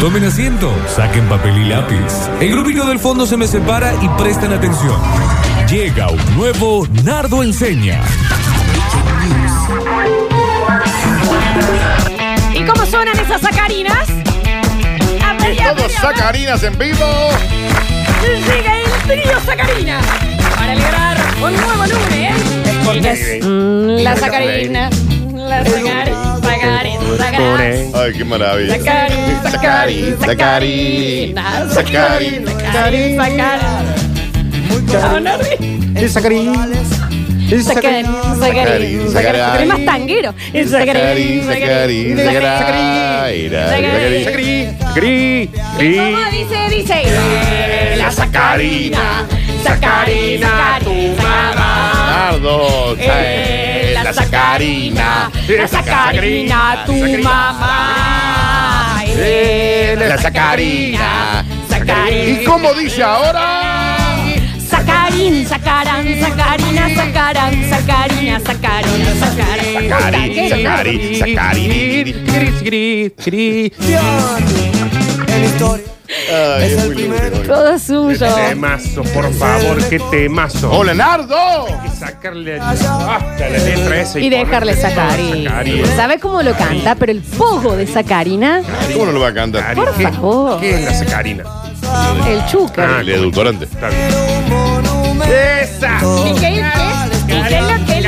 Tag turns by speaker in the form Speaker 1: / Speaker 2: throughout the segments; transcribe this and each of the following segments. Speaker 1: Tomen asiento, saquen papel y lápiz. El grupillo del fondo se me separa y prestan atención. Llega un nuevo Nardo Enseña.
Speaker 2: ¿Y cómo suenan esas sacarinas? A ver, a
Speaker 3: Estamos
Speaker 2: ver, a ver.
Speaker 3: sacarinas en vivo.
Speaker 2: Llega el trío sacarina para alegrar un nuevo lunes. ¿eh?
Speaker 3: Baby.
Speaker 2: Mm, La sacarina. La sacarina. Sacarina. Sacarina.
Speaker 3: Ay, qué maravilla.
Speaker 2: Sacarina. Sacarina. Sacarina. Sacarina. Sacarina. No, no ríe. Sacarina. Sacarina.
Speaker 3: Sacarina, sacarina.
Speaker 2: Es más tanguero. Sacarina.
Speaker 3: Sacarín,
Speaker 2: Sacarina.
Speaker 3: sacarín,
Speaker 2: Sacarín.
Speaker 3: sacarín, sacarín, sacarín.
Speaker 2: ¿Cómo dice? Dice.
Speaker 3: La sacarina,
Speaker 2: Sacarina. Sacarina.
Speaker 3: Nardo,
Speaker 2: Eh,
Speaker 3: eh, la sacarina,
Speaker 2: la sacarina, tu mamá. Eh,
Speaker 3: la sacarina,
Speaker 2: sacarina.
Speaker 3: ¿Y cómo dice ahora?
Speaker 2: Sacarín, sacarán, sacarina, sacarán, sacarina, sacarona, sacarán.
Speaker 3: Sacarín, sacarín, sacarín. Ay, es muy lindo, muy lindo.
Speaker 2: Todo suyo.
Speaker 4: Temazo, por favor, qué temazo.
Speaker 3: Hola, Nardo.
Speaker 4: Y sacarle Ah, hasta la letra esa
Speaker 2: Y dejarle sacarina. ¿Sabes cómo lo canta? Pero el pogo de sacarina,
Speaker 3: ¿Cómo no lo va a cantar?
Speaker 4: Por
Speaker 2: Por favor.
Speaker 4: ¿Qué es la sacarina?
Speaker 2: el chúcar.
Speaker 3: El edulcorante.
Speaker 4: Está bien. ¡Esa!
Speaker 2: ¿Y qué es? ¿Qué es lo que es lo que es? ¿Y qué es lo que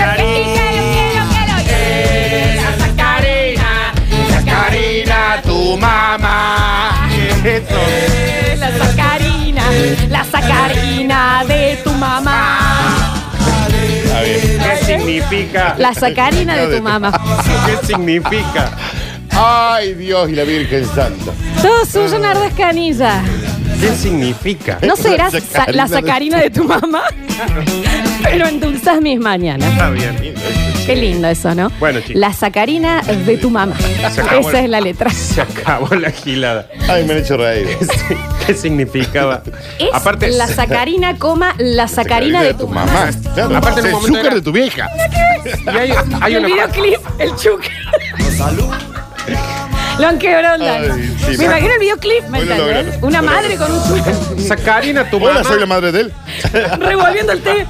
Speaker 2: es lo que es? La sacarina,
Speaker 3: Sacarina, tu mamá.
Speaker 2: La sacarina, la sacarina de tu mamá.
Speaker 3: Está bien.
Speaker 4: ¿Qué significa?
Speaker 2: La sacarina de tu mamá.
Speaker 4: ¿Qué significa?
Speaker 3: Ay, Dios y la Virgen Santa.
Speaker 2: Todo suyo, Nardo Escanilla.
Speaker 4: ¿Qué significa?
Speaker 2: ¿No serás
Speaker 3: La
Speaker 2: sa-
Speaker 3: sacarina de-
Speaker 2: la sacarina de tu mamá? Pero endulzas mis mañanas.
Speaker 4: Está bien.
Speaker 2: Qué lindo eso, ¿no?
Speaker 4: Bueno, chicos.
Speaker 2: La sacarina de tu mamá.
Speaker 4: Se acabó
Speaker 2: Esa es la letra.
Speaker 4: Se acabó la gilada.
Speaker 3: Ay, me han hecho reír.
Speaker 4: ¿Qué significaba?
Speaker 2: Es
Speaker 4: Aparte,
Speaker 2: la sacarina, coma, la sacarina de tu mamá.
Speaker 3: Claro,
Speaker 4: Aparte, en
Speaker 3: el
Speaker 4: un momento
Speaker 3: azúcar
Speaker 4: era-
Speaker 3: de tu vieja.
Speaker 4: y hay, hay
Speaker 2: el
Speaker 4: una parte-
Speaker 2: videoclip, el chuque. Lo han quebrado la.
Speaker 3: Ay, sí,
Speaker 2: Me
Speaker 3: sí.
Speaker 2: imagino el videoclip, ¿me
Speaker 3: Bueno,
Speaker 2: entendés?
Speaker 3: lograron. Bueno.
Speaker 2: Una madre con un chuque
Speaker 4: Sacarina, tu mamá.
Speaker 3: Hola, soy la madre de él. Ah,
Speaker 2: revolviendo el té.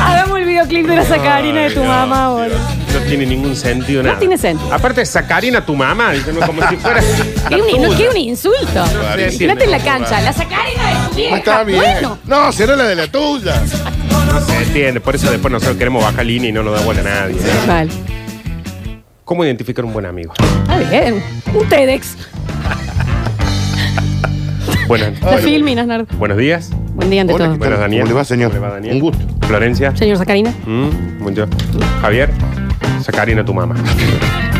Speaker 2: Hagamos el videoclip de la sacarina de tu mamá, boludo.
Speaker 4: No tiene ningún sentido nada.
Speaker 2: tiene sentido.
Speaker 4: Aparte, sacarina a tu mamá, dicen, como si fuera. la
Speaker 2: Qué un, no,
Speaker 4: tuya.
Speaker 2: qué un insulto.
Speaker 4: sé si
Speaker 2: Fíjate en la
Speaker 4: me-
Speaker 2: cancha, la sacarina de tu vieja.
Speaker 3: Está bien.
Speaker 2: Bueno,
Speaker 3: No, será la de la tuya.
Speaker 4: No se entiende, por eso después nosotros queremos bajar línea y no nos da bola a nadie. ¿eh?
Speaker 2: vale.
Speaker 4: ¿Cómo identificar un buen amigo?
Speaker 2: Está bien. Un TEDx.
Speaker 4: Buenas,
Speaker 2: La filminas, Nardo.
Speaker 4: buenos días.
Speaker 2: Buen día ante
Speaker 3: Hola,
Speaker 2: todo.
Speaker 3: ¿qué tal?
Speaker 4: Buenas, Daniel.
Speaker 3: ¿Cómo le va, señor?
Speaker 4: ¿Cómo le va, Daniel?
Speaker 3: Un gusto.
Speaker 4: Florencia.
Speaker 2: Señor Sacarina,
Speaker 4: Mm, buen día. Javier. Sacarina a tu mamá.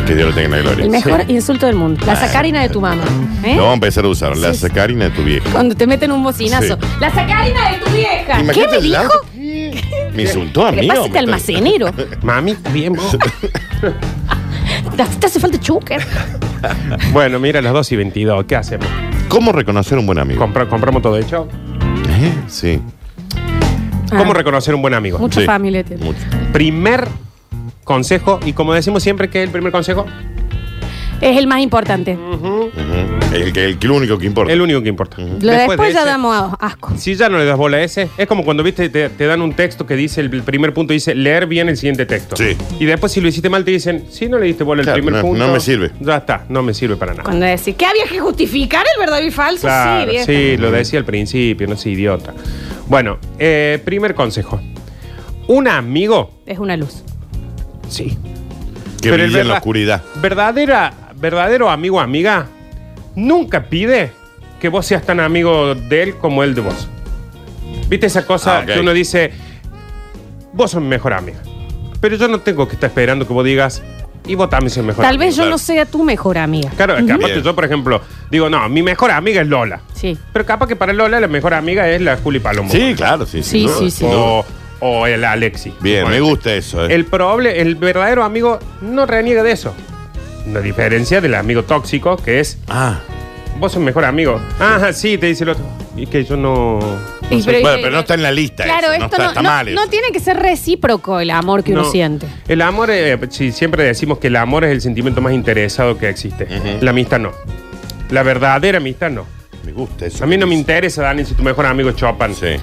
Speaker 3: Que Dios lo tenga en la gloria.
Speaker 2: el mejor insulto del mundo. La sacarina de tu mamá. ¿eh?
Speaker 3: Lo vamos a empezar a usar. La sacarina de tu vieja.
Speaker 2: Cuando te meten un bocinazo.
Speaker 3: Sí.
Speaker 2: La sacarina de tu vieja. ¿Qué
Speaker 3: Imagínate
Speaker 2: me
Speaker 3: el lado-
Speaker 2: dijo?
Speaker 3: ¿Qué? Me insultó a
Speaker 2: ¿Qué
Speaker 3: mí.
Speaker 2: le pasa a
Speaker 3: hombre.
Speaker 2: este almacenero?
Speaker 4: Mami, bien vos.
Speaker 2: Te te hace falta chúcar.
Speaker 4: bueno, mira, las 2 y 22. ¿Qué hacemos?
Speaker 3: ¿Cómo reconocer un buen amigo?
Speaker 4: Compra- ¿Compramos todo hecho?
Speaker 3: ¿Eh? Sí.
Speaker 4: ¿Cómo
Speaker 2: Ah.
Speaker 4: reconocer un buen amigo?
Speaker 2: Mucha
Speaker 3: Sí.
Speaker 2: familia tiene.
Speaker 3: Mucho.
Speaker 4: Primer consejo, y como decimos siempre, ¿qué es el primer consejo?
Speaker 2: Es el más importante.
Speaker 3: Ujú. El, que- el que- lo único que importa.
Speaker 4: El único que importa.
Speaker 2: Lo de después,
Speaker 4: de
Speaker 2: ya
Speaker 4: ese,
Speaker 2: damos a- asco.
Speaker 4: Si ya no le das bola a ese, es como cuando viste, te, te dan un texto que dice, el primer punto dice, leer bien el siguiente texto.
Speaker 3: Sí.
Speaker 4: Y después si lo hiciste mal te dicen, si no le diste bola al
Speaker 3: Claro,
Speaker 4: primer
Speaker 3: no-
Speaker 4: punto.
Speaker 3: no me sirve.
Speaker 4: Ya está, no me sirve para nada.
Speaker 2: Cuando decís, ¿qué había que justificar el verdadero y falso? sí,
Speaker 4: Claro,
Speaker 2: vieja.
Speaker 4: sí, lo decía al principio, no soy idiota. Bueno, eh, primer consejo. Un amigo,
Speaker 2: Es una luz.
Speaker 4: sí.
Speaker 3: que
Speaker 4: Pero el
Speaker 3: brilla en la
Speaker 4: verdad-
Speaker 3: oscuridad.
Speaker 4: Verdadera, verdadero amigo o amiga nunca pide que vos seas tan amigo de él como él de vos. ¿Viste esa cosa
Speaker 3: Ah, ok.
Speaker 4: que uno dice, vos sos mi mejor amiga? Pero yo no tengo que estar esperando que vos digas, y vos también sos mi mejor
Speaker 2: Tal
Speaker 4: amiga".
Speaker 2: vez yo
Speaker 3: claro.
Speaker 2: no sea tu mejor amiga.
Speaker 4: Claro, es que aparte
Speaker 3: Bien.
Speaker 4: yo, por ejemplo, digo, no, mi mejor amiga es Lola.
Speaker 2: Sí.
Speaker 4: Pero capaz que para Lola la mejor amiga es la Juli Palomo.
Speaker 3: Sí, claro, sí,
Speaker 2: Sí,
Speaker 3: sí. no,
Speaker 2: sí, sí.
Speaker 3: no.
Speaker 4: O, o el Alexi.
Speaker 3: Bien, me gusta eso. eh.
Speaker 4: El probable, el verdadero amigo no reniega de eso. La diferencia del amigo tóxico, que es
Speaker 3: Ah.
Speaker 4: Vos sos mejor amigo. Ajá, sí, te dice el otro. Y que yo no.
Speaker 2: Y-
Speaker 3: Bueno, pero no está en la lista.
Speaker 2: Claro,
Speaker 3: eso,
Speaker 2: esto
Speaker 3: está,
Speaker 2: no,
Speaker 3: está
Speaker 2: no-
Speaker 3: mal. eso.
Speaker 2: no tiene que ser recíproco el amor que uno
Speaker 4: no.
Speaker 2: siente.
Speaker 4: El amor, eh, si siempre decimos que el amor es el sentimiento más interesado que existe. La amistad no. La verdadera amistad no.
Speaker 3: Me gusta eso.
Speaker 4: A mí
Speaker 3: que
Speaker 4: no me
Speaker 3: dice.
Speaker 4: interesa, Dani, si tu mejor amigo es Chopin.
Speaker 3: Sí.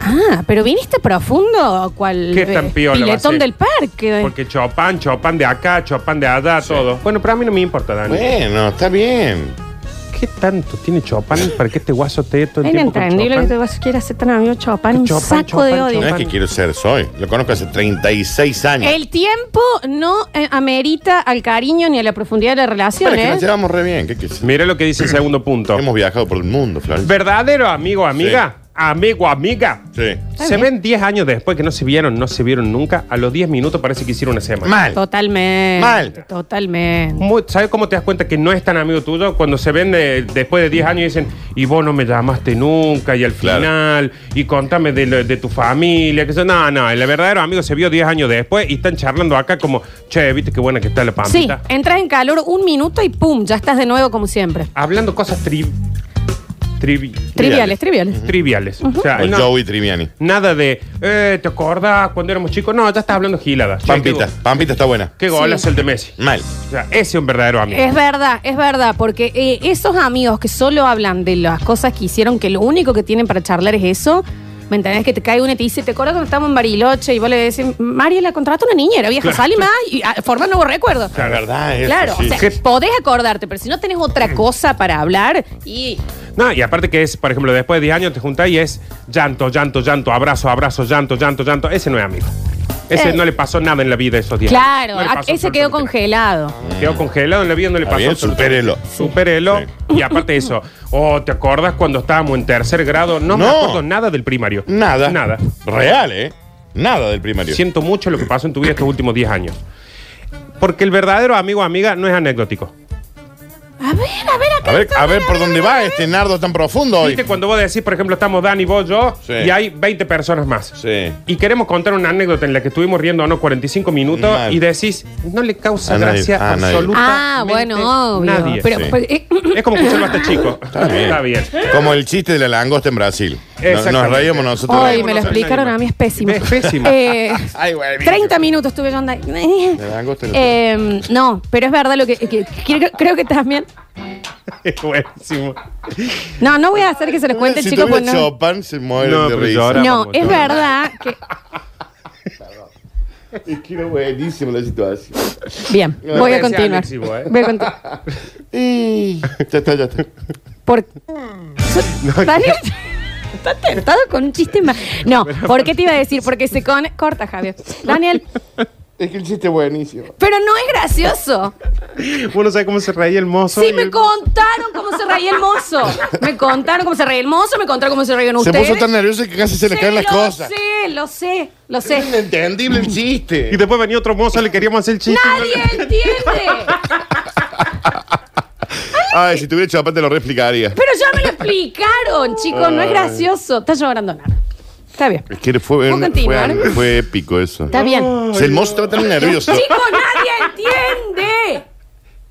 Speaker 2: Ah, pero viniste profundo, cual eh,
Speaker 4: Qué tan piola va a
Speaker 2: piletón
Speaker 4: ser.
Speaker 2: del parque.
Speaker 4: Porque Chopin, Chopin de acá, Chopin de allá, todo. Bueno, pero a mí no me importa, Dani.
Speaker 3: Bueno, está bien.
Speaker 4: ¿Qué tanto tiene Chopin? ¿Para qué te guaso te todo el
Speaker 2: Es
Speaker 4: tiempo con
Speaker 2: inentendible que
Speaker 4: Chopin?
Speaker 2: te vas a querer hacer tan amigo de Chopin, un
Speaker 4: Chopin,
Speaker 2: saco
Speaker 4: Chopin,
Speaker 2: de odio.
Speaker 3: No es que quiero ser, soy. Lo conozco hace 36 años.
Speaker 2: El tiempo no eh, amerita al cariño ni a la profundidad de la relación,
Speaker 3: Para que nos
Speaker 2: ¿eh?
Speaker 3: llevamos re bien. ¿Qué, qué-
Speaker 4: Mira lo que dice el segundo punto.
Speaker 3: Hemos viajado por el mundo, Florencia.
Speaker 4: Verdadero amigo, amiga, amigo, amiga.
Speaker 3: Sí.
Speaker 4: Se ven 10 años después que no se vieron, no se vieron nunca. A los 10 minutos parece que hicieron una semana.
Speaker 3: Mal.
Speaker 2: Totalmente.
Speaker 3: Mal.
Speaker 2: Totalmente.
Speaker 4: Muy- ¿Sabes cómo te das cuenta que no es tan amigo tuyo? Cuando se ven de- después de 10 años y dicen, y vos no me llamaste nunca, y al
Speaker 3: Claro.
Speaker 4: final, y contame de, lo- de tu familia. Que eso. No, no, el verdadero amigo se vio 10 años después y están charlando acá como, che, viste qué buena que está la
Speaker 2: Sí,
Speaker 4: pampita.
Speaker 2: entras en calor un minuto y pum, ya estás de nuevo como siempre.
Speaker 4: Hablando cosas tri- trivi-
Speaker 2: Triviales, triviales.
Speaker 4: triviales. O sea,
Speaker 3: Con
Speaker 4: no-
Speaker 3: Joey Triviani.
Speaker 4: nada de, eh, ¿te acordás cuando éramos chicos? No, ya estás hablando giladas. Che,
Speaker 3: Pampita. Pampita está buena.
Speaker 4: Qué, gol es
Speaker 2: Sí.
Speaker 4: el de Messi.
Speaker 3: Mal.
Speaker 4: O sea, ese es un verdadero amigo.
Speaker 2: Es verdad, es verdad, porque eh, esos amigos que solo hablan de las cosas que hicieron, que lo único que tienen para charlar es eso, ¿me entendés? Que te cae uno y te dice, ¿te acuerdas cuando estábamos en Bariloche? Y vos le decís, Mario, la contrata una niñera, vieja,
Speaker 4: Claro.
Speaker 2: sale más y ah, forma nuevos recuerdos.
Speaker 3: La verdad es.
Speaker 2: Claro, o sea,
Speaker 4: sí. Mm.
Speaker 2: podés acordarte, pero si no tenés otra cosa para hablar y
Speaker 4: No, y aparte que es, por ejemplo, después de 10 años te juntás y es llanto, llanto, llanto, abrazo, abrazo, llanto, llanto, llanto. Ese no es amigo. Ese
Speaker 2: Eh.
Speaker 4: no le pasó nada en la vida esos 10 años.
Speaker 2: claro,
Speaker 4: No le
Speaker 2: a-
Speaker 4: pasó
Speaker 2: ese quedó
Speaker 4: absolutamente
Speaker 2: congelado.
Speaker 4: nada. Quedó congelado en la vida, no le
Speaker 3: Está
Speaker 4: pasó.
Speaker 3: bien,
Speaker 4: absolutamente
Speaker 3: supérelo.
Speaker 4: nada. Supérelo. Y aparte de eso, oh, ¿te acordás cuando estábamos en tercer grado? No, me
Speaker 3: No.
Speaker 4: acuerdo nada del primario.
Speaker 3: Nada.
Speaker 4: Nada.
Speaker 3: Real, ¿eh? Nada del primario.
Speaker 4: Siento mucho lo que pasó en tu vida estos últimos 10 años. Porque el verdadero amigo o amiga no es anecdótico.
Speaker 2: A ver, a ver, acá
Speaker 3: A ver,
Speaker 2: está,
Speaker 3: a ver por
Speaker 2: ver,
Speaker 3: dónde
Speaker 2: a
Speaker 3: va
Speaker 2: ver.
Speaker 3: este nardo tan profundo hoy.
Speaker 4: ¿Viste cuando vos decís, por ejemplo, estamos Dani, vos, yo,
Speaker 3: Sí.
Speaker 4: y hay 20 personas más?
Speaker 3: Sí.
Speaker 4: Y queremos contar una anécdota en la que estuvimos riendo o no 45 minutos
Speaker 3: Mal.
Speaker 4: y decís, no le causa
Speaker 3: A nadie,
Speaker 4: gracia
Speaker 3: a nadie.
Speaker 4: absolutamente.
Speaker 2: Ah, bueno, obvio.
Speaker 4: Nadie.
Speaker 2: Pero,
Speaker 3: Sí.
Speaker 2: pero, eh,
Speaker 4: Es como escucharlo hasta chico.
Speaker 3: Está bien. Como el chiste de la langosta en Brasil. No- Nos
Speaker 4: Exactamente.
Speaker 3: reíamos nosotros.
Speaker 2: Ay,
Speaker 4: no
Speaker 2: me lo
Speaker 4: sabe
Speaker 2: explicaron
Speaker 4: nadie
Speaker 2: a mí,
Speaker 4: más.
Speaker 2: es pésimo.
Speaker 4: Es pésimo.
Speaker 2: Eh,
Speaker 3: Ay, güey, mira.
Speaker 2: 30 minutos estuve yo andando.
Speaker 3: langosta y la-
Speaker 2: Eh, no, pero es verdad lo que, que- que- creo que también.
Speaker 4: Es buenísimo.
Speaker 2: No, no voy a hacer que
Speaker 4: Eh,
Speaker 2: se los cuente el
Speaker 3: si
Speaker 2: chico.
Speaker 3: tuviera
Speaker 2: Pues no,
Speaker 3: Chopin, se mueren
Speaker 4: No,
Speaker 3: de
Speaker 4: pero
Speaker 3: risa.
Speaker 4: llora.
Speaker 2: no,
Speaker 4: Vamos,
Speaker 2: es
Speaker 4: yo-
Speaker 2: verdad que.
Speaker 3: Es que era buenísima la situación.
Speaker 2: Bien,
Speaker 3: No,
Speaker 2: voy a
Speaker 4: ese
Speaker 2: continuar.
Speaker 4: anexivo, ¿eh?
Speaker 2: Voy a continuar.
Speaker 3: Y- ya está, ya está.
Speaker 2: Por... Daniel, está tentado con un chiste más. No, ¿por qué te iba a decir? Porque se con... Corta, Javier. Daniel,
Speaker 3: Es que el chiste es buenísimo.
Speaker 2: pero no es gracioso.
Speaker 4: Uno sabe cómo se reía el mozo.
Speaker 2: Sí,
Speaker 4: y
Speaker 2: me
Speaker 4: el-
Speaker 2: contaron cómo se reía el mozo. Me contaron cómo se reía el mozo, me contaron cómo se reían
Speaker 3: Se
Speaker 2: ustedes.
Speaker 3: puso tan nervioso que casi se le
Speaker 2: Sí,
Speaker 3: caen las
Speaker 2: lo
Speaker 3: cosas.
Speaker 2: sé, lo sé, lo
Speaker 3: Es
Speaker 2: sé.
Speaker 3: inentendible el chiste.
Speaker 4: Y después venía otro mozo, le queríamos hacer el chiste.
Speaker 2: Nadie entiende.
Speaker 3: Ay, si tuviera Chopin te lo replicaría.
Speaker 2: Pero ya me lo explicaron, chicos, no es gracioso. Está llorando nada. Está bien.
Speaker 3: Es que fue,
Speaker 2: ¿Puedo continuar?
Speaker 3: fue, fue épico eso.
Speaker 2: Está bien.
Speaker 3: O sea, el mozo estaba tan nervioso.
Speaker 2: Chicos, nadie entiende.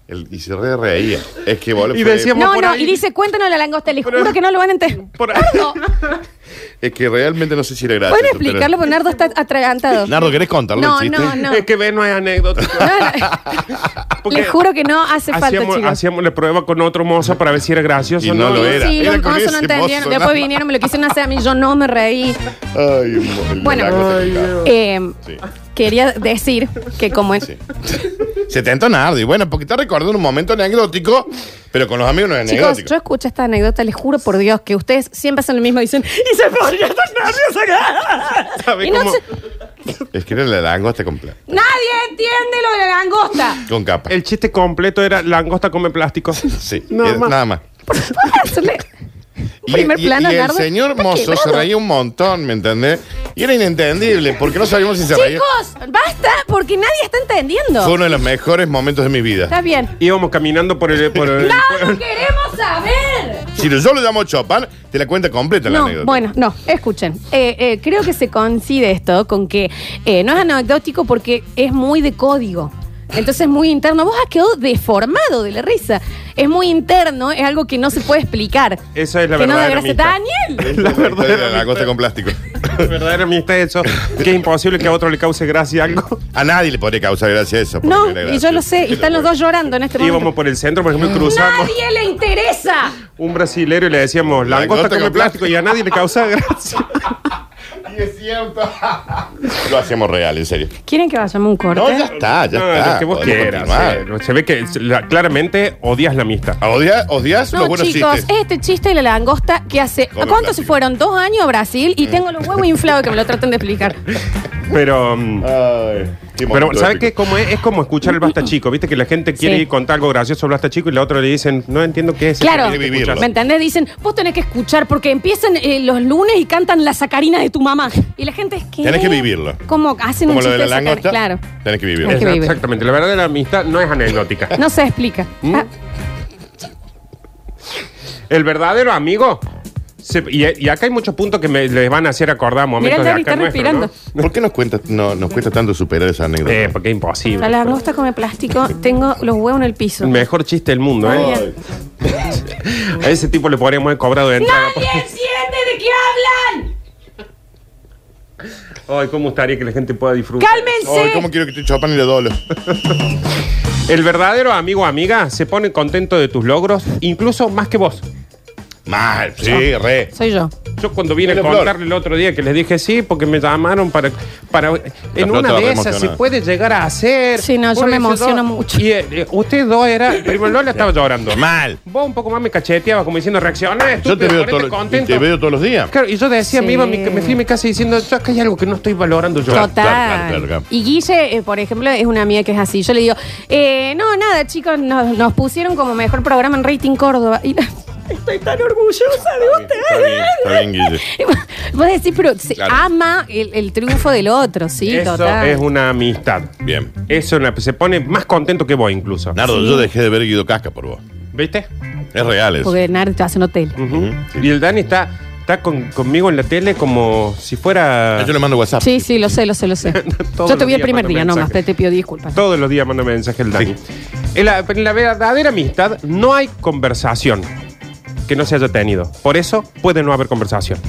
Speaker 3: El- y se re reía. Es que boludo,
Speaker 4: Y
Speaker 3: fue-
Speaker 4: decíamos-
Speaker 2: No,
Speaker 4: por
Speaker 2: no,
Speaker 4: ahí.
Speaker 2: y dice, cuéntanos la langosta, les
Speaker 4: Pero-
Speaker 2: juro que no lo van a entender.
Speaker 4: Por ahí.
Speaker 2: Nardo,
Speaker 3: Es que realmente no sé si era gracioso.
Speaker 2: ¿pueden explicarlo? Porque Nardo está atragantado.
Speaker 3: pero- Nardo, ¿querés contarlo
Speaker 2: No,
Speaker 3: el chiste?
Speaker 2: no, no.
Speaker 4: Es que ve, no hay anécdota.
Speaker 2: No, no.
Speaker 4: Porque
Speaker 2: Les juro que no hace falta,
Speaker 4: Hacíamos,
Speaker 2: chicos.
Speaker 4: hacíamos la prueba con otro mozo para ver si era gracioso.
Speaker 3: Y
Speaker 4: o
Speaker 3: no lo era.
Speaker 2: Sí, los
Speaker 3: con
Speaker 2: mozos no
Speaker 3: ese mozo,
Speaker 2: entendieron. Después
Speaker 3: nada.
Speaker 2: vinieron, me lo quisieron hacer a mí, yo no me reí.
Speaker 3: Ay, mo- el
Speaker 2: Bueno.
Speaker 3: lago está picado.
Speaker 2: Eh,
Speaker 3: Sí.
Speaker 2: Quería decir que como es...
Speaker 3: Sí. Se te entra Nardo. Y bueno, porque está recordando un momento anecdótico, pero con los amigos no es
Speaker 2: Chicos,
Speaker 3: anecdótico.
Speaker 2: yo escucho esta anécdota, les juro por Dios que ustedes siempre hacen lo mismo y dicen, y se ponía tan nerviosa.
Speaker 4: ¿Sabe
Speaker 2: Y no
Speaker 4: cómo?
Speaker 2: se-
Speaker 3: Es que era la langosta completa.
Speaker 2: nadie entiende lo de la langosta.
Speaker 3: Con capa.
Speaker 4: El chiste completo era langosta come plástico.
Speaker 3: Sí,
Speaker 4: Nada
Speaker 3: era-
Speaker 4: más.
Speaker 3: nada más.
Speaker 2: Hacerle-
Speaker 3: Y,
Speaker 2: Primer
Speaker 3: y-
Speaker 2: plano,
Speaker 3: y el
Speaker 2: Nardo.
Speaker 3: señor
Speaker 2: ¿Está
Speaker 3: mozo se
Speaker 2: quemado?
Speaker 3: reía un montón, ¿me entendés? Y era inentendible, porque no sabíamos si se reía.
Speaker 2: Chicos, basta, porque nadie está
Speaker 3: Fue
Speaker 2: entendiendo.
Speaker 3: uno de los mejores momentos de mi vida.
Speaker 2: Está bien.
Speaker 4: Íbamos caminando por el. Por el-
Speaker 2: ¡No, no queremos saber!
Speaker 3: Si yo lo llamo Chopin, te la cuenta completa la
Speaker 2: No,
Speaker 3: anécdota.
Speaker 2: bueno, no, escuchen. Eh, eh, creo que se coincide esto con que eh, no es anecdótico porque es muy de código. Entonces es muy interno. Vos has quedado deformado de la risa. Es muy interno, es algo que no se puede explicar.
Speaker 4: Esa es la
Speaker 2: que no
Speaker 4: verdadera
Speaker 2: debería ser-
Speaker 4: amistad.
Speaker 2: Daniel.
Speaker 3: La verdad era la langosta con plástico.
Speaker 4: verdadera amistad es eso. Que es imposible que a otro le cause gracia algo.
Speaker 3: A nadie le podría causar gracia eso. por
Speaker 2: No,
Speaker 3: primera
Speaker 2: y
Speaker 3: gracia.
Speaker 2: yo lo sé, y están los dos llorando en este
Speaker 4: Íbamos
Speaker 2: momento.
Speaker 4: por el centro, por ejemplo, y cruzamos
Speaker 2: ¡Nadie le interesa!
Speaker 4: un brasilero y le decíamos, langosta come plástico y a nadie le causa gracia.
Speaker 3: Y es cierto. lo hacemos real, en serio.
Speaker 2: ¿Quieren que vayamos a un corte?
Speaker 3: No, ya está, ya
Speaker 4: No,
Speaker 3: está.
Speaker 4: lo que vos
Speaker 3: Podemos
Speaker 4: quieras.
Speaker 3: continuar.
Speaker 4: eh, Se ve que es- la- claramente odias la amistad.
Speaker 3: Odia- odias
Speaker 2: No,
Speaker 3: los buenos
Speaker 2: chicos,
Speaker 3: chistes.
Speaker 2: este chiste de la langosta que hace.
Speaker 3: Come
Speaker 2: ¿Cuántos
Speaker 3: plástico.
Speaker 2: se fueron? Dos años a Brasil
Speaker 3: Mm.
Speaker 2: y tengo los huevos inflados que me lo traten de explicar.
Speaker 4: Pero... mm,
Speaker 3: Ay, qué
Speaker 4: Pero,
Speaker 3: momento
Speaker 4: ¿sabes qué?
Speaker 3: épico.
Speaker 4: Como es, es como escuchar el Basta Chico. Viste que la gente quiere
Speaker 2: Sí.
Speaker 4: ir contar algo gracioso al Basta Chico y la otra le dicen, no entiendo qué es.
Speaker 2: Claro,
Speaker 3: Tiene que vivirlo.
Speaker 2: ¿me entendés? Dicen, vos tenés que escuchar porque empiezan eh, los lunes y cantan la sacarina de tu mamá. Y la gente es que.
Speaker 3: Tenés que vivirlo.
Speaker 2: Como hacen
Speaker 3: Como
Speaker 2: un
Speaker 3: lo
Speaker 2: chiste
Speaker 3: de la
Speaker 2: sacarina,
Speaker 3: langosta.
Speaker 2: Claro.
Speaker 3: Tenés que vivirlo.
Speaker 2: Hay que
Speaker 4: Exact-
Speaker 2: vivir.
Speaker 4: Exactamente. La verdad de la amistad no es anecdótica.
Speaker 2: No se explica.
Speaker 4: ¿Mm?
Speaker 2: Ah,
Speaker 4: El verdadero amigo. se- y, y acá hay muchos puntos que me, les van a hacer acordar a momentos
Speaker 2: Mirá,
Speaker 4: de
Speaker 2: Dani,
Speaker 4: acá
Speaker 2: está
Speaker 4: nuestro,
Speaker 2: respirando.
Speaker 4: ¿no?
Speaker 3: ¿Por qué nos, cuenta, no, nos cuesta tanto superar esa anécdota?
Speaker 4: Eh, porque es imposible.
Speaker 2: la langosta come plástico, tengo los huevos en el piso.
Speaker 4: El mejor chiste del mundo,
Speaker 2: Está
Speaker 4: ¿eh?
Speaker 2: bien.
Speaker 4: A ese tipo le podríamos haber cobrado de entrada.
Speaker 2: ¡Nadie entiende de qué hablan!
Speaker 4: Ay, cómo gustaría que la gente pueda disfrutar.
Speaker 3: Ay,
Speaker 2: ¡Cálmense!
Speaker 3: ¿Cómo quiero que te chopan y le dolo?
Speaker 4: El verdadero amigo o amiga se pone contento de tus logros, incluso más que vos.
Speaker 3: Mal, sí, re.
Speaker 2: Soy yo.
Speaker 4: Yo cuando vine a
Speaker 3: Dale, Flor.
Speaker 4: contarle el otro día que les dije sí, porque me llamaron para... para en
Speaker 3: Flor
Speaker 4: una
Speaker 3: estaba
Speaker 4: de
Speaker 3: re
Speaker 4: esas se
Speaker 3: emocionada.
Speaker 4: puede llegar a hacer.
Speaker 2: Sí, no, yo
Speaker 4: Uno
Speaker 2: me
Speaker 4: dice,
Speaker 2: emociono
Speaker 4: dos-
Speaker 2: mucho.
Speaker 4: Y eh, eh, usted dos era... Primero Lola estaba llorando.
Speaker 3: Mal.
Speaker 4: Vos un poco más me cacheteabas como diciendo reacciona,
Speaker 3: Yo te
Speaker 4: estúpido,
Speaker 3: veo,
Speaker 4: ponete
Speaker 3: todo-
Speaker 4: contento.
Speaker 3: te veo todos los días.
Speaker 4: Claro, y yo decía, me,
Speaker 2: Sí.
Speaker 4: iba, a mi- me fui a mi casa diciendo, yo acá hay algo que no estoy valorando yo.
Speaker 3: Claro,
Speaker 2: Total.
Speaker 3: claro, claro, claro.
Speaker 2: Y Guille, eh, por ejemplo, es una amiga que es así. Yo le digo, eh, no, nada, chicos, nos, nos pusieron como mejor programa en Rating Córdoba. Y la- estoy tan orgullosa de
Speaker 3: Está bien,
Speaker 2: ustedes.
Speaker 3: está bien, Guille.
Speaker 2: Y vos- Vos decís, pero se
Speaker 3: Claro.
Speaker 2: ama el, el triunfo del otro, sí,
Speaker 4: Eso
Speaker 2: total.
Speaker 4: es una amistad.
Speaker 3: Bien.
Speaker 4: Eso la- se pone más contento que vos incluso.
Speaker 3: Nardo, yo dejé de ver Guido Casca por vos.
Speaker 4: ¿Viste?
Speaker 3: Es real eso.
Speaker 2: Porque Nardi te hace un hotel.
Speaker 4: Ujú. Y el Dani está, está con- conmigo en la tele como si fuera...
Speaker 3: Ah, Yo le mando WhatsApp.
Speaker 2: Sí, sí, lo sé, lo sé, lo sé.
Speaker 4: Todos
Speaker 2: Yo te vi
Speaker 4: los
Speaker 2: el primer
Speaker 4: días mando
Speaker 2: día nomás, te,
Speaker 4: mensajes.
Speaker 2: te pido disculpas.
Speaker 4: Todos los días manda mensaje el Dani. En, la, en la verdadera amistad no hay conversación que no se haya tenido. Por eso puede no haber conversación.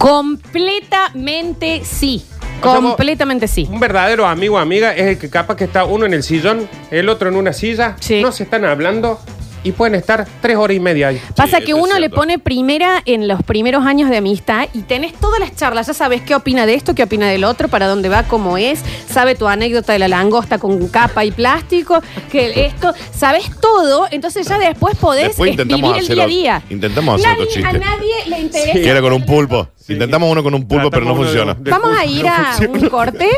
Speaker 2: Completamente sí.
Speaker 4: O sea, vos-
Speaker 2: Completamente sí.
Speaker 4: Un verdadero amigo o amiga es el que capaz que está uno en el sillón, el otro en una silla,
Speaker 2: Sí.
Speaker 4: no se están hablando y pueden estar tres horas y media ahí.
Speaker 2: Pasa
Speaker 3: Sí,
Speaker 2: que
Speaker 3: eso es
Speaker 2: uno le
Speaker 3: cierto.
Speaker 2: pone primera en los primeros años de amistad y tenés todas las charlas, ya sabes qué opina de esto, qué opina del otro, para dónde va, cómo es, sabe tu anécdota de la langosta con capa y plástico, que esto, sabes todo, entonces ya después podés
Speaker 3: Después intentamos
Speaker 2: vivir el día a
Speaker 3: hacer
Speaker 2: día.
Speaker 3: otro- intentamos hacer
Speaker 2: Nadie-
Speaker 3: otro chiste.
Speaker 2: A nadie le interesa.
Speaker 3: Que era con un pulpo. Intentamos uno con un pulpo, pero no
Speaker 4: Tratamos uno de-
Speaker 3: funciona.
Speaker 4: de-
Speaker 2: Vamos a ir a un corte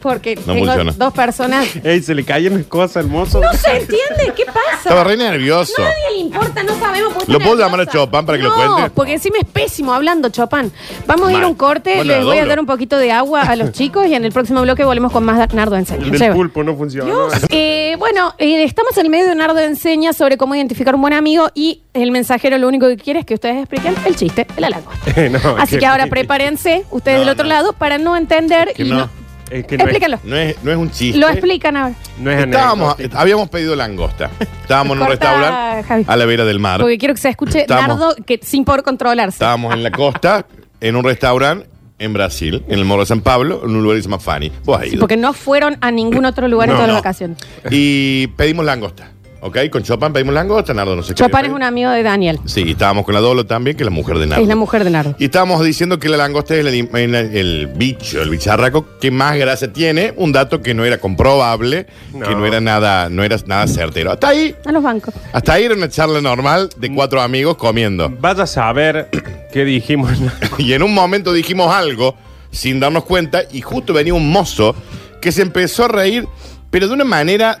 Speaker 2: porque
Speaker 3: No
Speaker 2: tengo
Speaker 3: funciona.
Speaker 2: dos personas.
Speaker 4: Ey, se le caen las cosas al mozo.
Speaker 2: No se entiende, ¿qué pasa?
Speaker 3: Estaba re nervioso.
Speaker 2: Nadie le importa, no sabemos por qué
Speaker 3: ¿Lo
Speaker 2: está
Speaker 3: puedo
Speaker 2: nerviosa.
Speaker 3: llamar a Chopin para que lo
Speaker 2: No,
Speaker 3: cuente?
Speaker 2: porque encima es pésimo hablando, Chopin. Vamos a ir a
Speaker 3: Mal.
Speaker 2: un corte,
Speaker 3: Bueno,
Speaker 2: les voy a
Speaker 3: doblo.
Speaker 2: dar un poquito de agua a los chicos y en el próximo bloque volvemos con más Nardo Enseña.
Speaker 4: El del
Speaker 2: Lleva.
Speaker 4: pulpo no funciona.
Speaker 2: Dios. Eh, bueno, eh, estamos en el medio de Nardo Enseña sobre cómo identificar un buen amigo y el mensajero lo único que quiere es que ustedes expliquen el chiste, el halago.
Speaker 4: No,
Speaker 2: Así
Speaker 4: que-
Speaker 2: que ahora prepárense, ustedes
Speaker 3: No,
Speaker 2: del otro
Speaker 3: no.
Speaker 2: lado, para no entender
Speaker 3: Es que
Speaker 2: y
Speaker 3: no.
Speaker 2: no.
Speaker 4: Es que no es-
Speaker 2: Explícalo.
Speaker 3: No es, no es un chiste.
Speaker 2: Lo explican ahora.
Speaker 4: No es
Speaker 3: Estábamos,
Speaker 4: anecdótico.
Speaker 3: habíamos pedido langosta. Estábamos en un
Speaker 2: Corta, Javi.
Speaker 3: restaurante a la vera del mar.
Speaker 2: Porque quiero que se escuche
Speaker 3: Estamos.
Speaker 2: Nardo que, sin poder controlarse.
Speaker 3: Estábamos en la costa, en un restaurante en Brasil, en el Morro de San Pablo, en un lugar que se llama Fanny. Vos has
Speaker 2: Sí,
Speaker 3: ido.
Speaker 2: porque no fueron a ningún otro lugar en
Speaker 3: No,
Speaker 2: todas
Speaker 3: no.
Speaker 2: las vacaciones.
Speaker 3: Y pedimos langosta. ¿Ok? Con Chopin pedimos langosta, Nardo no sé qué.
Speaker 2: Chopin
Speaker 3: había
Speaker 2: es un
Speaker 3: pedido.
Speaker 2: amigo de Daniel.
Speaker 3: Sí, y estábamos con la Dolo también, que es la mujer de Nardo.
Speaker 2: Es la mujer de Nardo.
Speaker 3: Y estábamos diciendo que la langosta es el, anim- el- el bicho, el bicharraco que más grasa tiene, un dato que no era comprobable,
Speaker 4: No.
Speaker 3: que no era nada, no era nada certero. Hasta ahí,
Speaker 2: A los bancos.
Speaker 3: hasta ahí era una charla normal de cuatro amigos comiendo.
Speaker 4: Vaya a saber qué dijimos.
Speaker 3: Y en un momento dijimos algo sin darnos cuenta y justo venía un mozo que se empezó a reír, pero de una manera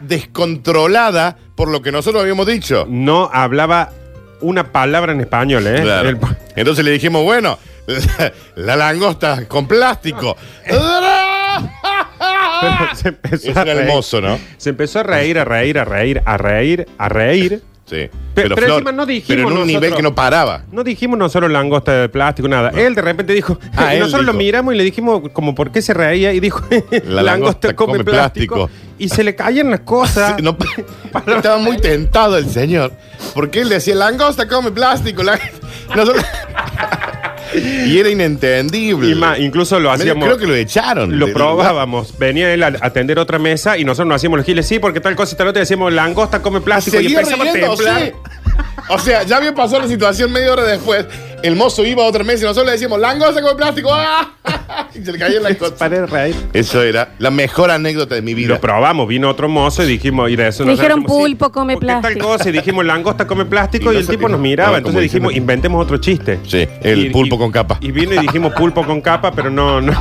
Speaker 3: descontrolada por lo que nosotros habíamos dicho.
Speaker 4: No hablaba una palabra en español, ¿eh?
Speaker 3: Claro.
Speaker 4: El-
Speaker 3: Entonces le dijimos, bueno, la, la langosta con plástico.
Speaker 4: Eh. Pero se empezó
Speaker 3: es
Speaker 4: a
Speaker 3: un
Speaker 4: reír.
Speaker 3: hermoso, ¿no?
Speaker 4: Se empezó a reír, a reír, a reír, a reír, a reír.
Speaker 3: Sí.
Speaker 4: pero
Speaker 3: Flor,
Speaker 4: encima no dijimos
Speaker 3: pero en un
Speaker 4: nosotros.
Speaker 3: nivel que no paraba.
Speaker 4: No dijimos nosotros langosta de plástico, nada. Él de repente dijo,
Speaker 3: Ah,
Speaker 4: y
Speaker 3: él
Speaker 4: nosotros lo
Speaker 3: dijo.
Speaker 4: miramos y le dijimos como por qué se reía y dijo, la langosta come, plástico. Y se le caían las cosas.
Speaker 3: No, estaba muy tentado el señor. Porque él decía, langosta come plástico. la- Nosotros- Y era inentendible.
Speaker 4: Y más, incluso lo hacíamos.
Speaker 3: Creo que lo echaron.
Speaker 4: Lo
Speaker 3: De-
Speaker 4: probábamos. Venía él a atender otra mesa y nosotros nos hacíamos los giles, sí, porque tal cosa y tal otra, y decíamos langosta, come plástico y
Speaker 3: Ah, Seguía
Speaker 4: empezamos a
Speaker 3: riéndose.
Speaker 4: templar.
Speaker 3: O sea, ya había pasado la situación media hora después. El mozo iba a otra mesa y nosotros le decíamos, langosta con plástico. ¡Ah! Y se le caía la cosa.
Speaker 4: Paré de reír.
Speaker 3: Eso era la mejor anécdota de mi
Speaker 4: Y
Speaker 3: vida.
Speaker 4: lo probamos, vino otro mozo y dijimos, y de eso
Speaker 2: Dijeron
Speaker 4: nosotros dijimos,
Speaker 2: pulpo, come
Speaker 4: ¿por qué
Speaker 2: plástico.
Speaker 4: tal cosa, y dijimos langosta come plástico
Speaker 3: Y
Speaker 4: y,
Speaker 3: no
Speaker 4: el
Speaker 3: se-
Speaker 4: tipo nos
Speaker 3: no,
Speaker 4: miraba,
Speaker 3: como
Speaker 4: entonces
Speaker 3: diciendo-
Speaker 4: dijimos, inventemos otro chiste.
Speaker 3: Sí, el pulpo con capa.
Speaker 4: Y vino y dijimos pulpo con capa, pero no, no.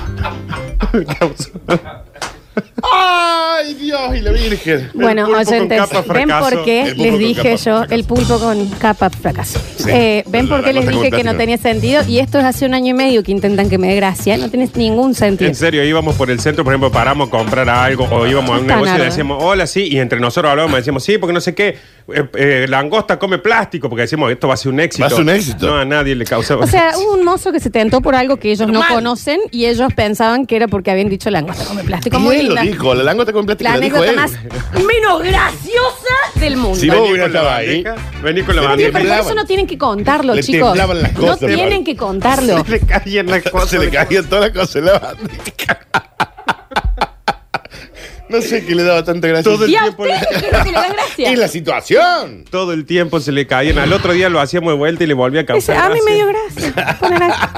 Speaker 3: ¡Ay, Dios y la Virgen!
Speaker 2: Bueno,
Speaker 4: pulpo con
Speaker 2: oyentes,
Speaker 4: capa
Speaker 2: ven
Speaker 4: fracaso.
Speaker 2: por qué
Speaker 3: El pulpo
Speaker 2: les
Speaker 3: con
Speaker 2: dije
Speaker 3: capa
Speaker 2: yo
Speaker 3: fracaso.
Speaker 2: el pulpo con capa fracaso.
Speaker 3: Sí.
Speaker 2: Eh, ven
Speaker 3: La
Speaker 2: por qué les
Speaker 3: langosta con
Speaker 2: dije que no
Speaker 3: plástico.
Speaker 2: tenía sentido y esto es hace un año y medio que intentan que me dé gracia, no tienes ningún sentido.
Speaker 4: En serio, íbamos por el centro, por ejemplo, paramos a comprar algo o íbamos a un
Speaker 2: Tan
Speaker 4: negocio y
Speaker 2: árabe.
Speaker 4: decíamos, hola, sí, y entre nosotros hablábamos, decíamos, sí, porque no sé qué, eh, eh, langosta come plástico, porque decíamos, esto va a ser un éxito.
Speaker 3: Va a ser un éxito.
Speaker 4: No, a nadie le causaba.
Speaker 2: O sea, hubo un mozo que se tentó por algo que ellos no conocen y ellos pensaban que era porque habían dicho langosta come plástico. Muy
Speaker 3: él lo
Speaker 2: linda.
Speaker 3: dijo, la langosta con plástico
Speaker 2: La
Speaker 3: la, dijo
Speaker 2: anécdota
Speaker 3: él.
Speaker 2: más menos graciosa del mundo.
Speaker 3: Sí,
Speaker 4: Vení
Speaker 3: Uy, no
Speaker 4: con la
Speaker 3: estaba ahí.
Speaker 4: bandeja, vení con la
Speaker 3: Sí,
Speaker 2: Sí,
Speaker 4: bandeja.
Speaker 2: pero por eso
Speaker 3: temblaban.
Speaker 2: no tienen que contarlo,
Speaker 3: Le
Speaker 2: chicos.
Speaker 3: temblaban las cosas,
Speaker 2: no tienen
Speaker 3: Barbie.
Speaker 2: que contarlo.
Speaker 4: le caían las
Speaker 3: Se le caía toda la cosa en la bandeja. No sé qué le daba tanta gracia.
Speaker 4: Todo el-
Speaker 2: Y a
Speaker 4: tiempo
Speaker 2: ustedes que no que le dan gracia.
Speaker 3: Y la situación.
Speaker 4: Todo el tiempo se le caían. Al otro día lo hacíamos de vuelta y le volvía a
Speaker 2: Dice,
Speaker 4: causar.
Speaker 2: a mí
Speaker 4: gracia.
Speaker 2: me dio gracia. Pone gracia.